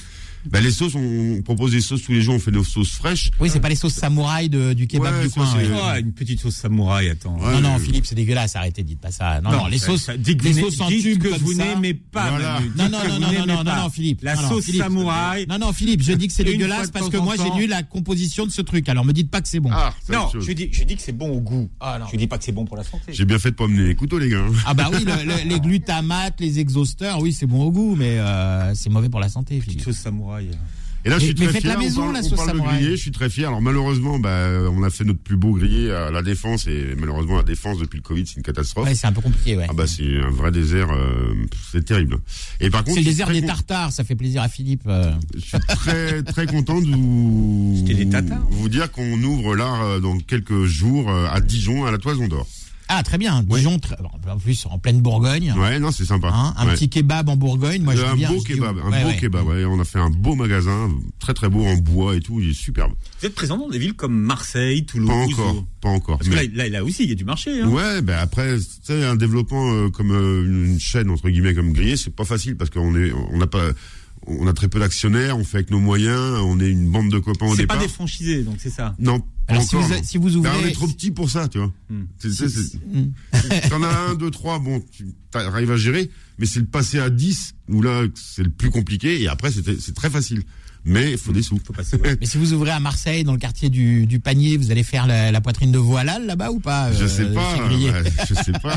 Speaker 4: Bah, les sauces, on, on propose des sauces tous les jours. On fait nos sauces fraîches.
Speaker 3: Oui, c'est pas les sauces samouraï de- du kebab
Speaker 4: Ouais,
Speaker 3: du
Speaker 4: ça,
Speaker 3: coin.
Speaker 4: c'est-
Speaker 3: ouais.
Speaker 2: Ah, Une petite sauce samouraï, attends.
Speaker 4: Euh,
Speaker 2: Ah,
Speaker 3: non,
Speaker 4: Ouais,
Speaker 3: non,
Speaker 4: je-
Speaker 3: Philippe, c'est dégueulasse. Arrêtez, dites pas ça. Non, non, les
Speaker 2: ça-
Speaker 3: sauces,
Speaker 2: ça- dites que
Speaker 3: les
Speaker 2: vous n'aimez-
Speaker 3: sauces en
Speaker 2: dites
Speaker 3: tube
Speaker 2: que
Speaker 3: comme
Speaker 2: vous
Speaker 3: ça.
Speaker 2: n'aimez pas.
Speaker 4: Voilà.
Speaker 2: Manu, dites
Speaker 3: Non,
Speaker 2: que
Speaker 3: non,
Speaker 2: vous
Speaker 3: non, non,
Speaker 2: n'aimez
Speaker 3: non, non,
Speaker 2: pas.
Speaker 3: non, Philippe.
Speaker 2: La
Speaker 3: Non, non,
Speaker 2: sauce
Speaker 3: Philippe.
Speaker 2: samouraï.
Speaker 3: Non, non, Philippe, je dis que c'est
Speaker 2: Une fois
Speaker 3: dégueulasse
Speaker 2: de
Speaker 3: parce
Speaker 2: temps
Speaker 3: que
Speaker 2: en
Speaker 3: moi, j'ai
Speaker 2: temps.
Speaker 3: lu la composition de ce truc. Alors, me dites pas que c'est bon.
Speaker 4: Ah, ça,
Speaker 2: Non,
Speaker 4: c'est
Speaker 2: je
Speaker 4: chaud.
Speaker 2: dis, je dis que c'est bon au goût.
Speaker 3: Ah, non.
Speaker 2: Je dis pas que c'est bon pour la santé.
Speaker 4: j'ai bien fait de pas amener les couteaux, les gars.
Speaker 3: Ah bah oui, le- le- les glutamates, les exhausteurs, oui, c'est bon au goût, mais euh, c'est mauvais pour la santé.
Speaker 2: Petite
Speaker 3: Philippe.
Speaker 2: sauce samouraï.
Speaker 4: Et là, je
Speaker 3: Mais-
Speaker 4: suis
Speaker 3: mais
Speaker 4: très
Speaker 3: faites
Speaker 4: fier.
Speaker 3: la maison,
Speaker 4: on parle,
Speaker 3: la
Speaker 4: on
Speaker 3: sauce
Speaker 4: parle de
Speaker 3: samouraï.
Speaker 4: grillé, je suis très fier. Alors malheureusement, bah, on a fait notre plus beau grillé à la défense et malheureusement la défense depuis le Covid, c'est une catastrophe.
Speaker 3: Ouais, c'est un peu compliqué, ouais.
Speaker 4: Ah bah c'est un vrai désert, euh, pff, c'est terrible. Et par contre,
Speaker 3: c'est le
Speaker 4: je suis
Speaker 3: désert
Speaker 4: très
Speaker 3: des
Speaker 4: con-
Speaker 3: tartares, ça fait plaisir à Philippe. euh.
Speaker 4: Je suis très très content de vous,
Speaker 2: C'était des hein. tatars.
Speaker 4: vous dire qu'on ouvre là euh, dans quelques jours euh, à Dijon à la Toison d'Or.
Speaker 3: Ah, très bien, Dijon, très- bon, en plus, en pleine Bourgogne.
Speaker 4: Ouais, non, c'est sympa.
Speaker 3: Ah. hein, un
Speaker 4: Ouais. Euh,
Speaker 3: petit kebab en Bourgogne, moi je
Speaker 4: un
Speaker 3: dis bien,
Speaker 4: beau
Speaker 3: je dis-
Speaker 4: kebab, un
Speaker 3: ouais,
Speaker 4: beau
Speaker 3: ouais.
Speaker 4: kebab. ouais. on a fait un beau magasin, très très beau en bois et tout, il est superbe.
Speaker 2: Vous êtes présent dans des villes comme Marseille, Toulouse.
Speaker 4: Pas encore,
Speaker 2: ou-
Speaker 4: pas encore.
Speaker 2: Parce que
Speaker 4: mais-
Speaker 2: là, là, là aussi, il y a du marché. Hein.
Speaker 4: Ouais, ben après, tu sais, un développement euh, comme euh, une chaîne entre guillemets comme grillée, c'est pas facile parce qu'on est, on n'a pas, on a très peu d'actionnaires, on fait avec nos moyens, on est une bande de copains au
Speaker 2: c'est
Speaker 4: départ.
Speaker 2: pas des franchisés, donc c'est ça.
Speaker 4: Non. pas
Speaker 3: Alors, si
Speaker 4: encore,
Speaker 3: vous-
Speaker 4: non.
Speaker 3: si Hmm. vous Hmm. ouvrez-
Speaker 4: Ben, on est trop petit pour ça, tu vois. Tu sais, c'est- T'en as un, deux, trois, bon, tu arrives à gérer, mais c'est le passer à 10 où là, c'est le plus compliqué et après, c'était- c'est très facile. Mais il faut des sous.
Speaker 2: Faut passer, ouais.
Speaker 3: Mais si vous ouvrez à Marseille, dans le quartier du, du Panier, vous allez faire la, la poitrine de veau halal là-bas ou pas
Speaker 4: Je
Speaker 3: euh,
Speaker 4: sais pas,
Speaker 3: chez Grillé
Speaker 4: ouais, je sais pas.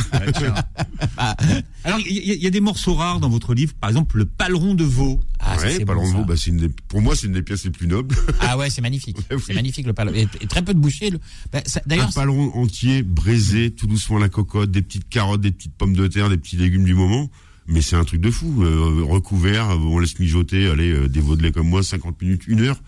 Speaker 2: Alors, il y, a- il y a des morceaux rares dans votre livre. Par exemple, le paleron de veau.
Speaker 3: Ah, ça,
Speaker 4: ouais,
Speaker 3: c'est
Speaker 4: pas
Speaker 3: bon,
Speaker 4: Laurent
Speaker 3: ça.
Speaker 4: Vaux, bah, c'est une des- pour moi, c'est une des pièces les plus nobles.
Speaker 3: Ah ouais, c'est magnifique.
Speaker 4: oui. Ah,
Speaker 3: C'est magnifique le palo. Et, et très peu de bouchées. le- bah, ça-
Speaker 4: Un
Speaker 3: D'ailleurs,
Speaker 4: palon entier, braisé, tout doucement la cocotte, des petites carottes, des petites pommes de terre, des petits légumes du moment. Mais c'est un truc de fou. euh, recouvert, euh, on laisse mijoter, allez, euh, des veaux de lait comme moi, 50 minutes, une heure.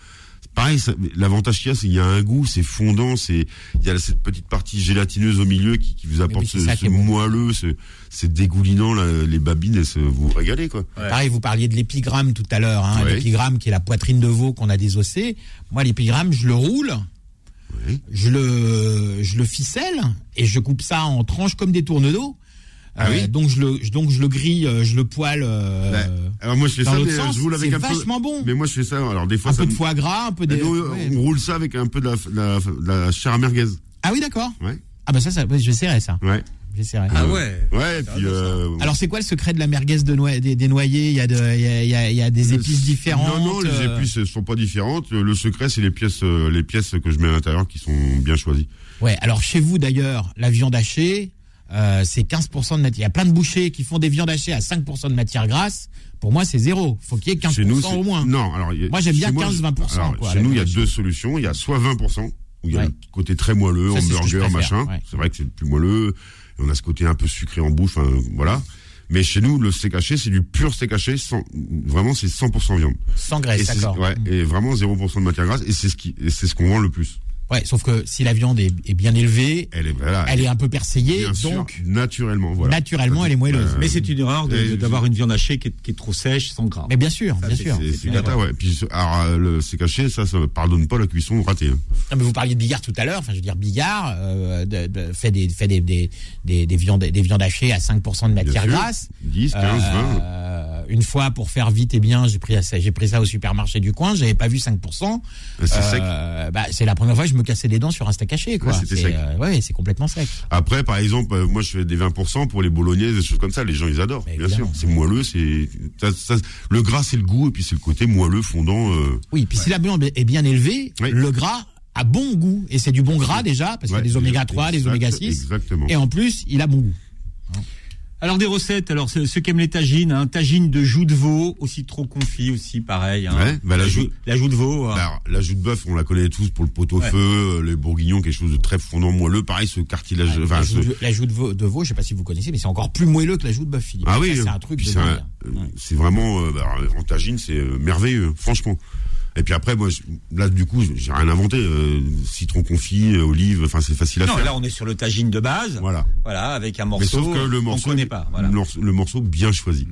Speaker 4: C'est Pareil, ça- l'avantage qu'il y a, c'est qu'il y a un goût, c'est fondant, c'est il y a cette petite partie gélatineuse au milieu qui, qui vous apporte
Speaker 3: oui, c'est
Speaker 4: ce,
Speaker 3: ça
Speaker 4: ce
Speaker 3: qui est bon.
Speaker 4: moelleux, ce, c'est dégoulinant, là, les babines, et ce- vous vous régalez quoi.
Speaker 2: Ouais.
Speaker 3: Pareil, vous parliez de l'épigramme tout à l'heure. Hein,
Speaker 4: Ouais.
Speaker 3: L'épigramme qui est la poitrine de veau qu'on a désossée. Moi, l'épigramme, je le roule,
Speaker 4: Oui.
Speaker 3: je le, je le ficelle et je coupe ça en tranches comme des tournes d'eau.
Speaker 4: Ah oui
Speaker 3: donc je le, je- donc je le grille, euh, je le poêle. euh,
Speaker 4: Ouais. Alors moi je fais
Speaker 3: dans
Speaker 4: ça,
Speaker 3: l'autre
Speaker 4: mais, euh,
Speaker 3: sens,
Speaker 4: je roule avec
Speaker 3: c'est
Speaker 4: un peu.
Speaker 3: vachement bon.
Speaker 4: Mais moi je fais ça. Alors des fois
Speaker 3: un
Speaker 4: ça.
Speaker 3: peu de
Speaker 4: me-
Speaker 3: foie gras, un peu
Speaker 4: Mais
Speaker 3: de.
Speaker 4: nous, euh,
Speaker 3: ouais.
Speaker 4: on roule ça avec un peu de la, de la, de la chair à merguez.
Speaker 3: Ah oui, d'accord.
Speaker 4: Ouais.
Speaker 3: Ah bah ça, ça ouais, j'essaierai ça.
Speaker 4: Ouais.
Speaker 3: J'essaierai.
Speaker 2: Ah ouais.
Speaker 4: Ouais, et puis euh,
Speaker 3: Alors c'est quoi le secret de la merguez de noy- des, des noyers Il y a de, il y a, il y a- il y a des épices différentes.
Speaker 4: Non, non, les
Speaker 3: euh,
Speaker 4: épices elles sont pas différentes. Le secret, c'est les pièces, euh, les pièces que je mets à l'intérieur qui sont bien choisies.
Speaker 3: Ouais, alors chez vous d'ailleurs, la viande hachée, euh, c'est 15% de matière. Il y a plein de bouchers qui font des viandes hachées à 5% de matière grasse. Pour moi, c'est zéro. faut qu'il y ait 15%
Speaker 4: Chez nous, c'est-
Speaker 3: au moins.
Speaker 4: Non, alors il y a-
Speaker 3: Moi, j'aime
Speaker 4: chez
Speaker 3: bien 15-20%,
Speaker 4: alors,
Speaker 3: quoi,
Speaker 4: Chez
Speaker 3: la
Speaker 4: nous, il y a
Speaker 3: viande.
Speaker 4: deux solutions. Il y a soit 20% où il y a
Speaker 3: Ouais.
Speaker 4: le côté très moelleux,
Speaker 3: Ça, c'est ce que je
Speaker 4: hamburger,
Speaker 3: préfère,
Speaker 4: machin.
Speaker 3: ouais.
Speaker 4: C'est vrai que c'est le plus moelleux. Et on a ce côté un peu sucré en bouche. Enfin, voilà. Mais chez nous, le steak haché, c'est du pur steak haché, sans, vraiment, c'est 100% viande.
Speaker 3: Sans
Speaker 4: et,
Speaker 3: graisse,
Speaker 4: c'est-
Speaker 3: d'accord.
Speaker 4: ouais, et vraiment 0% de matière grasse, et c'est ce qui, et c'est ce qu'on vend le plus.
Speaker 3: Ouais, sauf que si la viande est, est bien élevée,
Speaker 4: Elle est, voilà,
Speaker 3: elle est un peu perseillée,
Speaker 4: bien sûr,
Speaker 3: donc
Speaker 4: naturellement, voilà.
Speaker 3: naturellement, elle est moelleuse.
Speaker 2: Mais c'est une erreur de-
Speaker 4: Et
Speaker 2: de-
Speaker 4: je-
Speaker 2: d'avoir une viande hachée qui est, qui est trop sèche, sans gras.
Speaker 3: Mais bien sûr, bien
Speaker 2: c'est-
Speaker 3: sûr.
Speaker 4: C'est- C'est
Speaker 2: une
Speaker 4: cata,
Speaker 2: erreur.
Speaker 4: ouais. Puis, ce- alors, euh, le steak haché, ça, ça pardonne pas la cuisson ratée. hein.
Speaker 3: Non, mais vous parliez de Bigard tout à l'heure. Enfin, je veux dire, Bigard euh, de- de- fait des fait des, des, des, des viandes des viandes hachées à 5% de
Speaker 4: Bien
Speaker 3: matière
Speaker 4: sûr.
Speaker 3: grasse.
Speaker 4: 10, 15, 20.
Speaker 3: Bah, Euh, une fois, pour faire vite et bien, j'ai pris ça, j'ai pris ça au supermarché du coin. J'avais pas vu 5%.
Speaker 4: C'est sec.
Speaker 3: Euh, bah, c'est la première fois que je me cassais les dents sur un steak haché, quoi.
Speaker 4: Ouais, c'était
Speaker 3: C'est,
Speaker 4: sec.
Speaker 3: euh, ouais, c'est complètement sec.
Speaker 4: Après, par exemple, euh, moi, je fais des 20% pour les bolognaises, des choses comme ça. Les gens, ils adorent,
Speaker 3: Mais
Speaker 4: bien
Speaker 3: évidemment.
Speaker 4: sûr. C'est moelleux, c'est, ça- ça- le gras, c'est le goût, et puis c'est le côté moelleux, fondant, euh,
Speaker 3: Oui, puis si la viande est bien élevée,
Speaker 4: Oui.
Speaker 3: le gras a bon goût et c'est du bon gras déjà parce qu'il
Speaker 4: Ouais,
Speaker 3: y a des oméga 3, des
Speaker 4: exact-
Speaker 3: oméga 6
Speaker 4: exactement.
Speaker 3: et en plus, il a bon goût.
Speaker 2: Alors des recettes, alors ceux ceux qui aiment les tagines, hein, tagine de joue de veau, aussi trop confit, aussi pareil. hein.
Speaker 4: Ouais, bah, la joue-
Speaker 2: la joue de veau. hein.
Speaker 4: Bah, Alors, la joue de bœuf, on la connaît tous pour le pot-au-feu, euh, les bourguignons, quelque chose de très fondant, moelleux. Pareil, ce cartilage. enfin,
Speaker 3: Ah, la,
Speaker 4: ce-
Speaker 3: joue de, la joue de veau, de veau, je sais pas si vous connaissez, mais c'est encore plus moelleux que la joue de bœuf, Philippe.
Speaker 4: Ah
Speaker 3: Ça,
Speaker 4: oui,
Speaker 3: c'est
Speaker 4: euh,
Speaker 3: un truc
Speaker 4: puis
Speaker 3: de
Speaker 4: c'est un-
Speaker 3: dingue.
Speaker 4: euh, C'est vraiment euh, bah, alors, en tagine, c'est euh, merveilleux, franchement. Et puis après, moi, je- là, du coup, j'ai rien inventé. euh, citron confit, euh, olive, enfin, c'est facile à
Speaker 2: non,
Speaker 4: faire.
Speaker 2: là on est sur le tagine de base.
Speaker 4: Voilà.
Speaker 2: Voilà, avec un
Speaker 4: Mais
Speaker 2: morceau.
Speaker 4: sauf que le
Speaker 2: on
Speaker 4: morceau,
Speaker 2: connaît pas. Voilà.
Speaker 4: le morceau- le morceau bien choisi.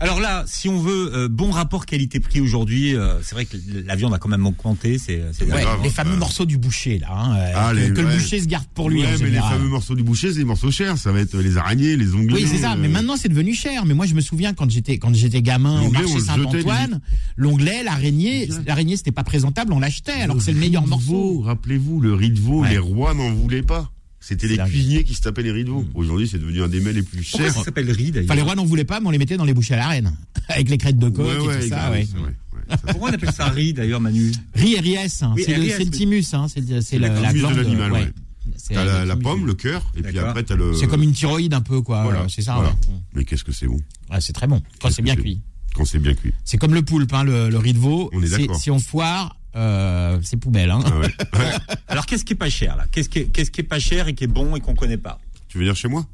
Speaker 2: Alors là, si on veut euh, bon rapport qualité-prix aujourd'hui, euh, c'est vrai que la viande a quand même augmenté. C'est c'est
Speaker 3: Ouais,
Speaker 4: grave,
Speaker 3: les
Speaker 4: hein,
Speaker 3: fameux
Speaker 4: euh,
Speaker 3: morceaux du boucher, là, hein, euh,
Speaker 4: Ah,
Speaker 3: que,
Speaker 4: les-
Speaker 3: que le
Speaker 4: ouais.
Speaker 3: boucher se garde pour lui.
Speaker 4: Ouais,
Speaker 3: en
Speaker 4: mais les
Speaker 3: général.
Speaker 4: fameux morceaux du boucher, c'est des morceaux chers. Ça va être euh, les araignées, les onglets.
Speaker 3: Oui, c'est ça. Mais
Speaker 4: euh,
Speaker 3: maintenant, c'est devenu cher. Mais moi, je me souviens quand j'étais quand j'étais gamin au
Speaker 4: L'onglet, on
Speaker 3: marché
Speaker 4: le jetait,
Speaker 3: Saint-Antoine, l'onglet, l'araignée, l'araignée, c'était pas présentable, on l'achetait, alors que c'est le meilleur
Speaker 4: euh, riz de veau,
Speaker 3: morceau.
Speaker 4: Rappelez-vous, le riz de veau,
Speaker 3: Ouais.
Speaker 4: les rois n'en voulaient pas. C'était les
Speaker 3: dingue. Mm.
Speaker 4: cuisiniers qui se tapaient les riz de veau. Aujourd'hui, c'est devenu un des mets les plus
Speaker 2: Pourquoi
Speaker 4: chers.
Speaker 2: ça s'appelle riz d'ailleurs
Speaker 3: Enfin, les rois n'en voulaient pas, mais on les mettait dans les bouchées à la reine, avec les crêtes de coq et tout ça.
Speaker 4: exact,
Speaker 3: ouais.
Speaker 4: oui, c'est vrai, ouais. Ça, c'est-
Speaker 2: Pourquoi on appelle ça riz d'ailleurs, Manu
Speaker 3: Riz RIS, hein,
Speaker 2: Oui,
Speaker 3: c'est le,
Speaker 2: RIS,
Speaker 3: c'est le
Speaker 2: oui.
Speaker 3: thymus, hein, c'est le- c'est la,
Speaker 4: la
Speaker 3: la
Speaker 4: thymus de
Speaker 3: glande.
Speaker 4: l'animal,
Speaker 3: ouais.
Speaker 4: ouais.
Speaker 3: C'est
Speaker 4: T'as
Speaker 3: le
Speaker 4: la, la
Speaker 3: thymus.
Speaker 4: pomme, le cœur, et puis
Speaker 2: D'accord.
Speaker 4: après t'as le.
Speaker 3: C'est comme une thyroïde un peu, quoi.
Speaker 4: Voilà,
Speaker 3: euh, c'est ça.
Speaker 4: voilà.
Speaker 3: ouais.
Speaker 4: Mais qu'est-ce que c'est bon
Speaker 3: Ouais, c'est très bon quand c'est bien
Speaker 4: que
Speaker 3: cuit.
Speaker 4: Quand c'est bien cuit.
Speaker 3: C'est comme le poulpe, hein, le, le riz de veau.
Speaker 4: On est
Speaker 3: C'est-
Speaker 4: d'accord.
Speaker 3: Si on foire, euh, c'est poubelle. Hein.
Speaker 4: Ah ouais.
Speaker 2: Alors qu'est-ce qui est pas cher là Qu'est-ce qui, est- qu'est-ce qui est pas cher et qui est bon et qu'on connaît pas
Speaker 4: tu veux dire chez moi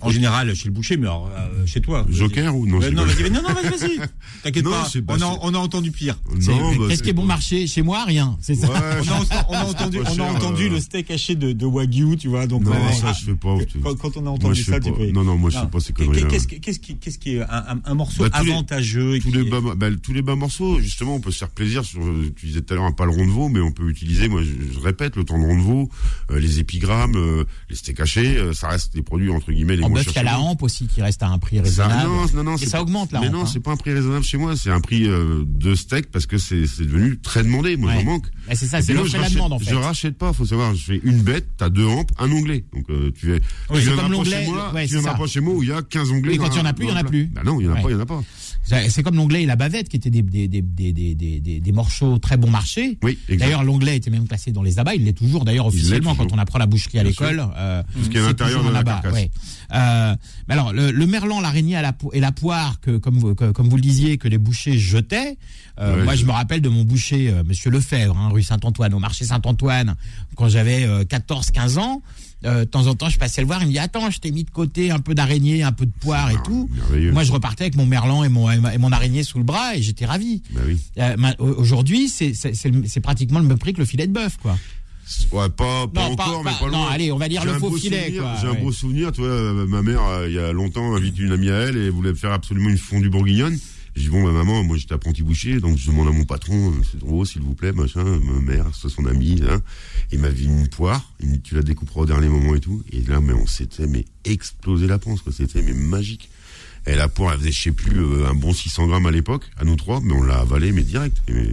Speaker 2: En général, chez le boucher, mais alors, euh, chez toi. vas-y.
Speaker 4: Joker ou non
Speaker 2: Euh,
Speaker 4: c'est
Speaker 2: non,
Speaker 4: pas-
Speaker 2: vas-y, mais non, non, vas-y, vas-y. T'inquiète
Speaker 4: Non,
Speaker 2: pas.
Speaker 4: c'est pas
Speaker 2: on, a,
Speaker 4: cher.
Speaker 2: on a entendu pire.
Speaker 3: C'est-
Speaker 4: Non, bah,
Speaker 3: Qu'est-ce qui est bon marché Chez moi, rien. C'est ça.
Speaker 4: Ouais,
Speaker 2: On
Speaker 4: je-
Speaker 2: a, on a entendu,
Speaker 4: pas
Speaker 2: on a
Speaker 4: cher,
Speaker 2: entendu
Speaker 4: euh.
Speaker 2: le steak haché de, de Wagyu, tu vois. Donc,
Speaker 4: Non,
Speaker 2: ouais,
Speaker 4: ça
Speaker 2: ah,
Speaker 4: je fais pas. tu-
Speaker 2: quand, quand on a
Speaker 4: Moi,
Speaker 2: entendu
Speaker 4: je
Speaker 2: ça,
Speaker 4: fais
Speaker 2: tu
Speaker 4: pas.
Speaker 2: peux.
Speaker 4: Non, non, moi je fais pas ces conneries.
Speaker 2: Qu'est-ce qui- qu'est-ce qui, qu'est-ce qui est un, un- un morceau
Speaker 4: Bah, tous les-
Speaker 2: avantageux et
Speaker 4: tous
Speaker 2: qui
Speaker 4: les
Speaker 2: est-
Speaker 4: bas, bah, tous les bas morceaux, justement, on peut se faire plaisir. Sur, euh, tu disais tout à l'heure un paleron de veau, mais on peut utiliser, moi je, je répète, le tendron de veau, euh, les épigrammes, euh, les steaks hachés, euh, ça reste des produits entre guillemets les
Speaker 3: En
Speaker 4: moins
Speaker 3: bœuf,
Speaker 4: chers
Speaker 3: il bah, y a
Speaker 4: chez
Speaker 3: Oh, la
Speaker 4: nous.
Speaker 3: hampe aussi qui reste à un prix
Speaker 4: Ça-
Speaker 3: raisonnable.
Speaker 4: non, non, non,
Speaker 3: et
Speaker 4: c'est
Speaker 3: ça
Speaker 4: pas-
Speaker 3: augmente la
Speaker 4: Mais
Speaker 3: hampe,
Speaker 4: non,
Speaker 3: hein.
Speaker 4: c'est pas un prix raisonnable chez moi, c'est un prix euh, de steak parce que c'est c'est devenu très demandé. Moi,
Speaker 3: Ouais.
Speaker 4: j'en manque.
Speaker 3: Bah, c'est ça,
Speaker 4: Et
Speaker 3: c'est
Speaker 4: puis moi,
Speaker 3: l'offre
Speaker 4: je
Speaker 3: et la
Speaker 4: rachète-
Speaker 3: demande en fait.
Speaker 4: Je rachète pas, faut savoir. Je fais une bête, t'as deux rampes, un onglet. Donc euh, tu es.
Speaker 3: Oui,
Speaker 4: tu
Speaker 3: c'est
Speaker 4: viens
Speaker 3: comme
Speaker 4: m'approcher
Speaker 3: l'onglet,
Speaker 4: moi,
Speaker 3: ouais,
Speaker 4: tu
Speaker 3: c'est
Speaker 4: viens
Speaker 3: ça.
Speaker 4: m'approcher moi où il y a 15 onglets.
Speaker 3: Oui, quand
Speaker 4: dans
Speaker 3: il y en a
Speaker 4: un-
Speaker 3: plus, il
Speaker 4: dans
Speaker 3: y en
Speaker 4: un
Speaker 3: a
Speaker 4: plat.
Speaker 3: plus.
Speaker 4: Bah non, il y en a
Speaker 3: Ouais.
Speaker 4: pas, il y en a pas.
Speaker 3: C'est c'est comme l'onglet et la bavette qui étaient des, des, des, des, des, des, des- des morceaux très bon marché.
Speaker 4: Oui, exact.
Speaker 3: D'ailleurs, l'onglet était même classé dans les abats. Il l'est toujours, d'ailleurs,
Speaker 4: l'est
Speaker 3: officiellement, quand
Speaker 4: toujours.
Speaker 3: on apprend la boucherie à
Speaker 4: Bien sûr.
Speaker 3: l'école. Euh,
Speaker 4: ce qui est à
Speaker 3: c'est
Speaker 4: l'intérieur
Speaker 3: toujours
Speaker 4: de
Speaker 3: un
Speaker 4: la
Speaker 3: abat,
Speaker 4: carcasse.
Speaker 3: ouais. Euh, mais alors, le, le merlan, l'araignée à la po- et la poire, que, comme, vous, que- comme vous le disiez, que les bouchers jetaient. euh,
Speaker 4: Ouais,
Speaker 3: moi,
Speaker 4: je-
Speaker 3: je me rappelle de mon boucher, euh, Monsieur Lefebvre, hein, rue Saint-Antoine, au marché Saint-Antoine, quand j'avais 14-15 ans. Euh, de temps en temps, je passais le voir, il me dit Attends, je t'ai mis de côté un peu d'araignée, un peu de poire et
Speaker 4: Ah,
Speaker 3: tout.
Speaker 4: merveilleux.
Speaker 3: Moi, je repartais avec mon merlan et mon, et ma- et mon araignée sous le bras et j'étais ravi.
Speaker 4: Bah oui.
Speaker 3: Euh, ma- au- Aujourd'hui, c'est- c'est c'est le- c'est pratiquement le même prix que le filet de bœuf, quoi.
Speaker 4: Ouais, pas, pas
Speaker 3: Non, pas-
Speaker 4: encore,
Speaker 3: pas-
Speaker 4: mais pas
Speaker 3: non,
Speaker 4: loin.
Speaker 3: allez, on va dire
Speaker 4: J'ai
Speaker 3: le
Speaker 4: un
Speaker 3: faux
Speaker 4: beau
Speaker 3: filet,
Speaker 4: souvenir,
Speaker 3: quoi,
Speaker 4: J'ai un
Speaker 3: ouais.
Speaker 4: beau souvenir, tu vois, euh, ma mère, euh, il y a longtemps, invite une amie à elle et voulait faire absolument une fondue bourguignonne. J'ai dit, bon, bah, maman, moi, j'étais apprenti boucher, donc je demande à mon patron, euh, c'est drôle, s'il vous plaît, machin, euh, ma mère, c'est son ami, hein. Il m'a vu une poire, il me dit, tu la découperas au dernier moment et tout. Et là, mais on s'était, mais explosé la panse, quoi. C'était, mais magique. Et la poire, elle faisait, je sais plus, euh, un bon 600 grammes à l'époque, à nous trois, mais on l'a avalée, mais direct. Et, mais-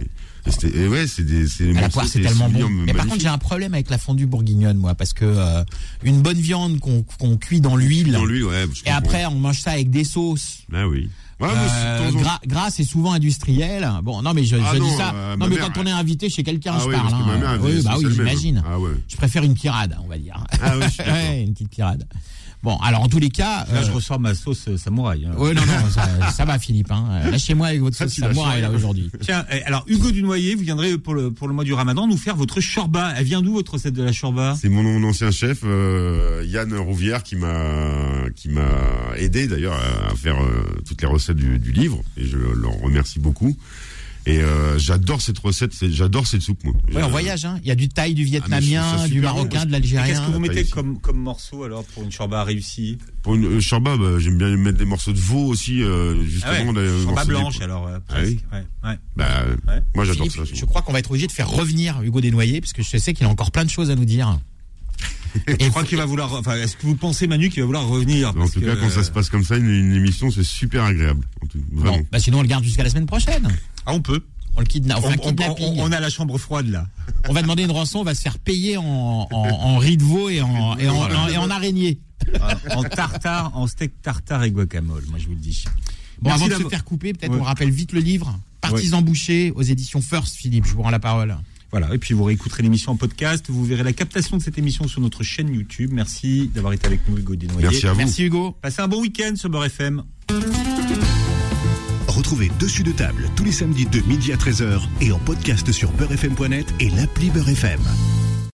Speaker 4: et c'était, et ouais, c'est des, c'est des
Speaker 3: À Ah, la
Speaker 4: morceaux,
Speaker 3: poire, c'est
Speaker 4: des
Speaker 3: tellement bon.
Speaker 4: souvenirs
Speaker 3: Mais par
Speaker 4: magnifiques.
Speaker 3: contre, j'ai un problème avec la fondue bourguignonne, moi, parce que euh, une bonne viande qu'on qu'on cuit dans l'huile,
Speaker 4: Dans l'huile, ouais, je
Speaker 3: et
Speaker 4: comprends.
Speaker 3: après on mange ça avec des sauces.
Speaker 4: Ah oui. Ouais, mais
Speaker 3: Euh,
Speaker 4: c'est de temps en temps.
Speaker 3: gras, gras, c'est souvent industriel. Bon, non, mais je,
Speaker 4: Ah
Speaker 3: je dis
Speaker 4: non,
Speaker 3: ça.
Speaker 4: euh,
Speaker 3: non,
Speaker 4: ma
Speaker 3: mais
Speaker 4: mère,
Speaker 3: quand on est invité chez quelqu'un,
Speaker 4: Ah
Speaker 3: je
Speaker 4: oui,
Speaker 3: parle.
Speaker 4: parce que
Speaker 3: hein.
Speaker 4: ma mère, elle
Speaker 3: oui,
Speaker 4: faisait
Speaker 3: bah
Speaker 4: ça
Speaker 3: oui,
Speaker 4: elle-même.
Speaker 3: j'imagine.
Speaker 4: Ah ouais.
Speaker 3: Je préfère une tirade, on va dire.
Speaker 4: Ah oui, je suis d'accord.
Speaker 3: Ouais, une petite tirade. Bon, alors en tous les cas.
Speaker 2: Là,
Speaker 3: euh,
Speaker 2: je ressors ma sauce euh, samouraï. hein.
Speaker 3: Ouais, non, non, ça, ça va, Philippe. Hein. Euh, Lâchez-moi avec votre
Speaker 4: Ça,
Speaker 3: sauce
Speaker 4: tu lâches
Speaker 3: samouraï,
Speaker 4: rien.
Speaker 3: là, aujourd'hui.
Speaker 2: Tiens, eh, alors Hugo Dunoyer, vous viendrez pour le, pour le mois du ramadan nous faire votre shorba. Elle vient d'où votre recette de la shorba
Speaker 4: C'est mon, mon ancien chef, euh, Yann Rouvière, qui m'a qui m'a aidé d'ailleurs à, à faire euh, toutes les recettes du, du livre, et je l'en remercie beaucoup. Et euh, j'adore cette recette, c'est- j'adore cette soupe, moi. Euh,
Speaker 3: Ouais,
Speaker 4: Je-
Speaker 3: on voyage, hein. Il y a du thaï, du vietnamien,
Speaker 4: trouve ça
Speaker 3: du
Speaker 4: super
Speaker 3: marocain,
Speaker 4: bon.
Speaker 3: de
Speaker 2: Et Qu'est-ce que
Speaker 3: l'algérien.
Speaker 2: vous mettez
Speaker 4: Pas
Speaker 2: comme, comme morceau alors pour une shorba réussie
Speaker 4: Pour une euh, shorba, bah, j'aime bien mettre des morceaux de veau aussi, euh,
Speaker 2: Ah ouais,
Speaker 4: justement. des
Speaker 2: Shorba
Speaker 4: morceaux de-
Speaker 2: blanche alors.
Speaker 4: Ah
Speaker 2: euh, presque. ouais, ouais.
Speaker 4: Bah, euh,
Speaker 2: Ouais.
Speaker 4: Moi, j'adore ça.
Speaker 3: Philippe, je crois qu'on va être obligé de faire revenir Hugo Desnoyers, parce que je sais qu'il a encore plein de choses à nous dire.
Speaker 2: Je crois qu'il va vouloir. Enfin, est-ce que vous pensez, Manu, qu'il va vouloir revenir
Speaker 4: En
Speaker 2: Parce
Speaker 4: tout
Speaker 2: que, euh,
Speaker 4: cas, quand ça se passe comme ça, une, une émission, c'est super agréable. En tout- vraiment.
Speaker 3: euh, Bon, bah sinon on le garde jusqu'à la semaine prochaine.
Speaker 2: Ah, on peut.
Speaker 3: On le kidnappe.
Speaker 2: On,
Speaker 3: On,
Speaker 2: on- on- on a la chambre froide là.
Speaker 3: va demander une rançon, on va se faire payer en, en, en riz de veau et en, et en, en- et en araignée.
Speaker 2: Ah, en tartare, en steak tartare et guacamole. Moi, je vous le dis.
Speaker 3: Bon,
Speaker 2: Merci
Speaker 3: avant de se
Speaker 2: d'avoir-
Speaker 3: faire couper, peut-être
Speaker 2: Ouais.
Speaker 3: on rappelle vite le livre. Partisan Boucher aux éditions First, Philippe, je vous rends la parole.
Speaker 2: Voilà, et puis vous réécouterez l'émission en podcast, vous verrez la captation de cette émission sur notre chaîne YouTube. Merci d'avoir été avec nous, Hugo Desnoyers.
Speaker 4: Merci à vous.
Speaker 3: Merci Hugo.
Speaker 2: Passez un bon week-end sur Beurre FM.
Speaker 1: Retrouvez Dessus de table tous les samedis de midi à 13h et en podcast sur beurrefm.net et l'appli Beurre FM.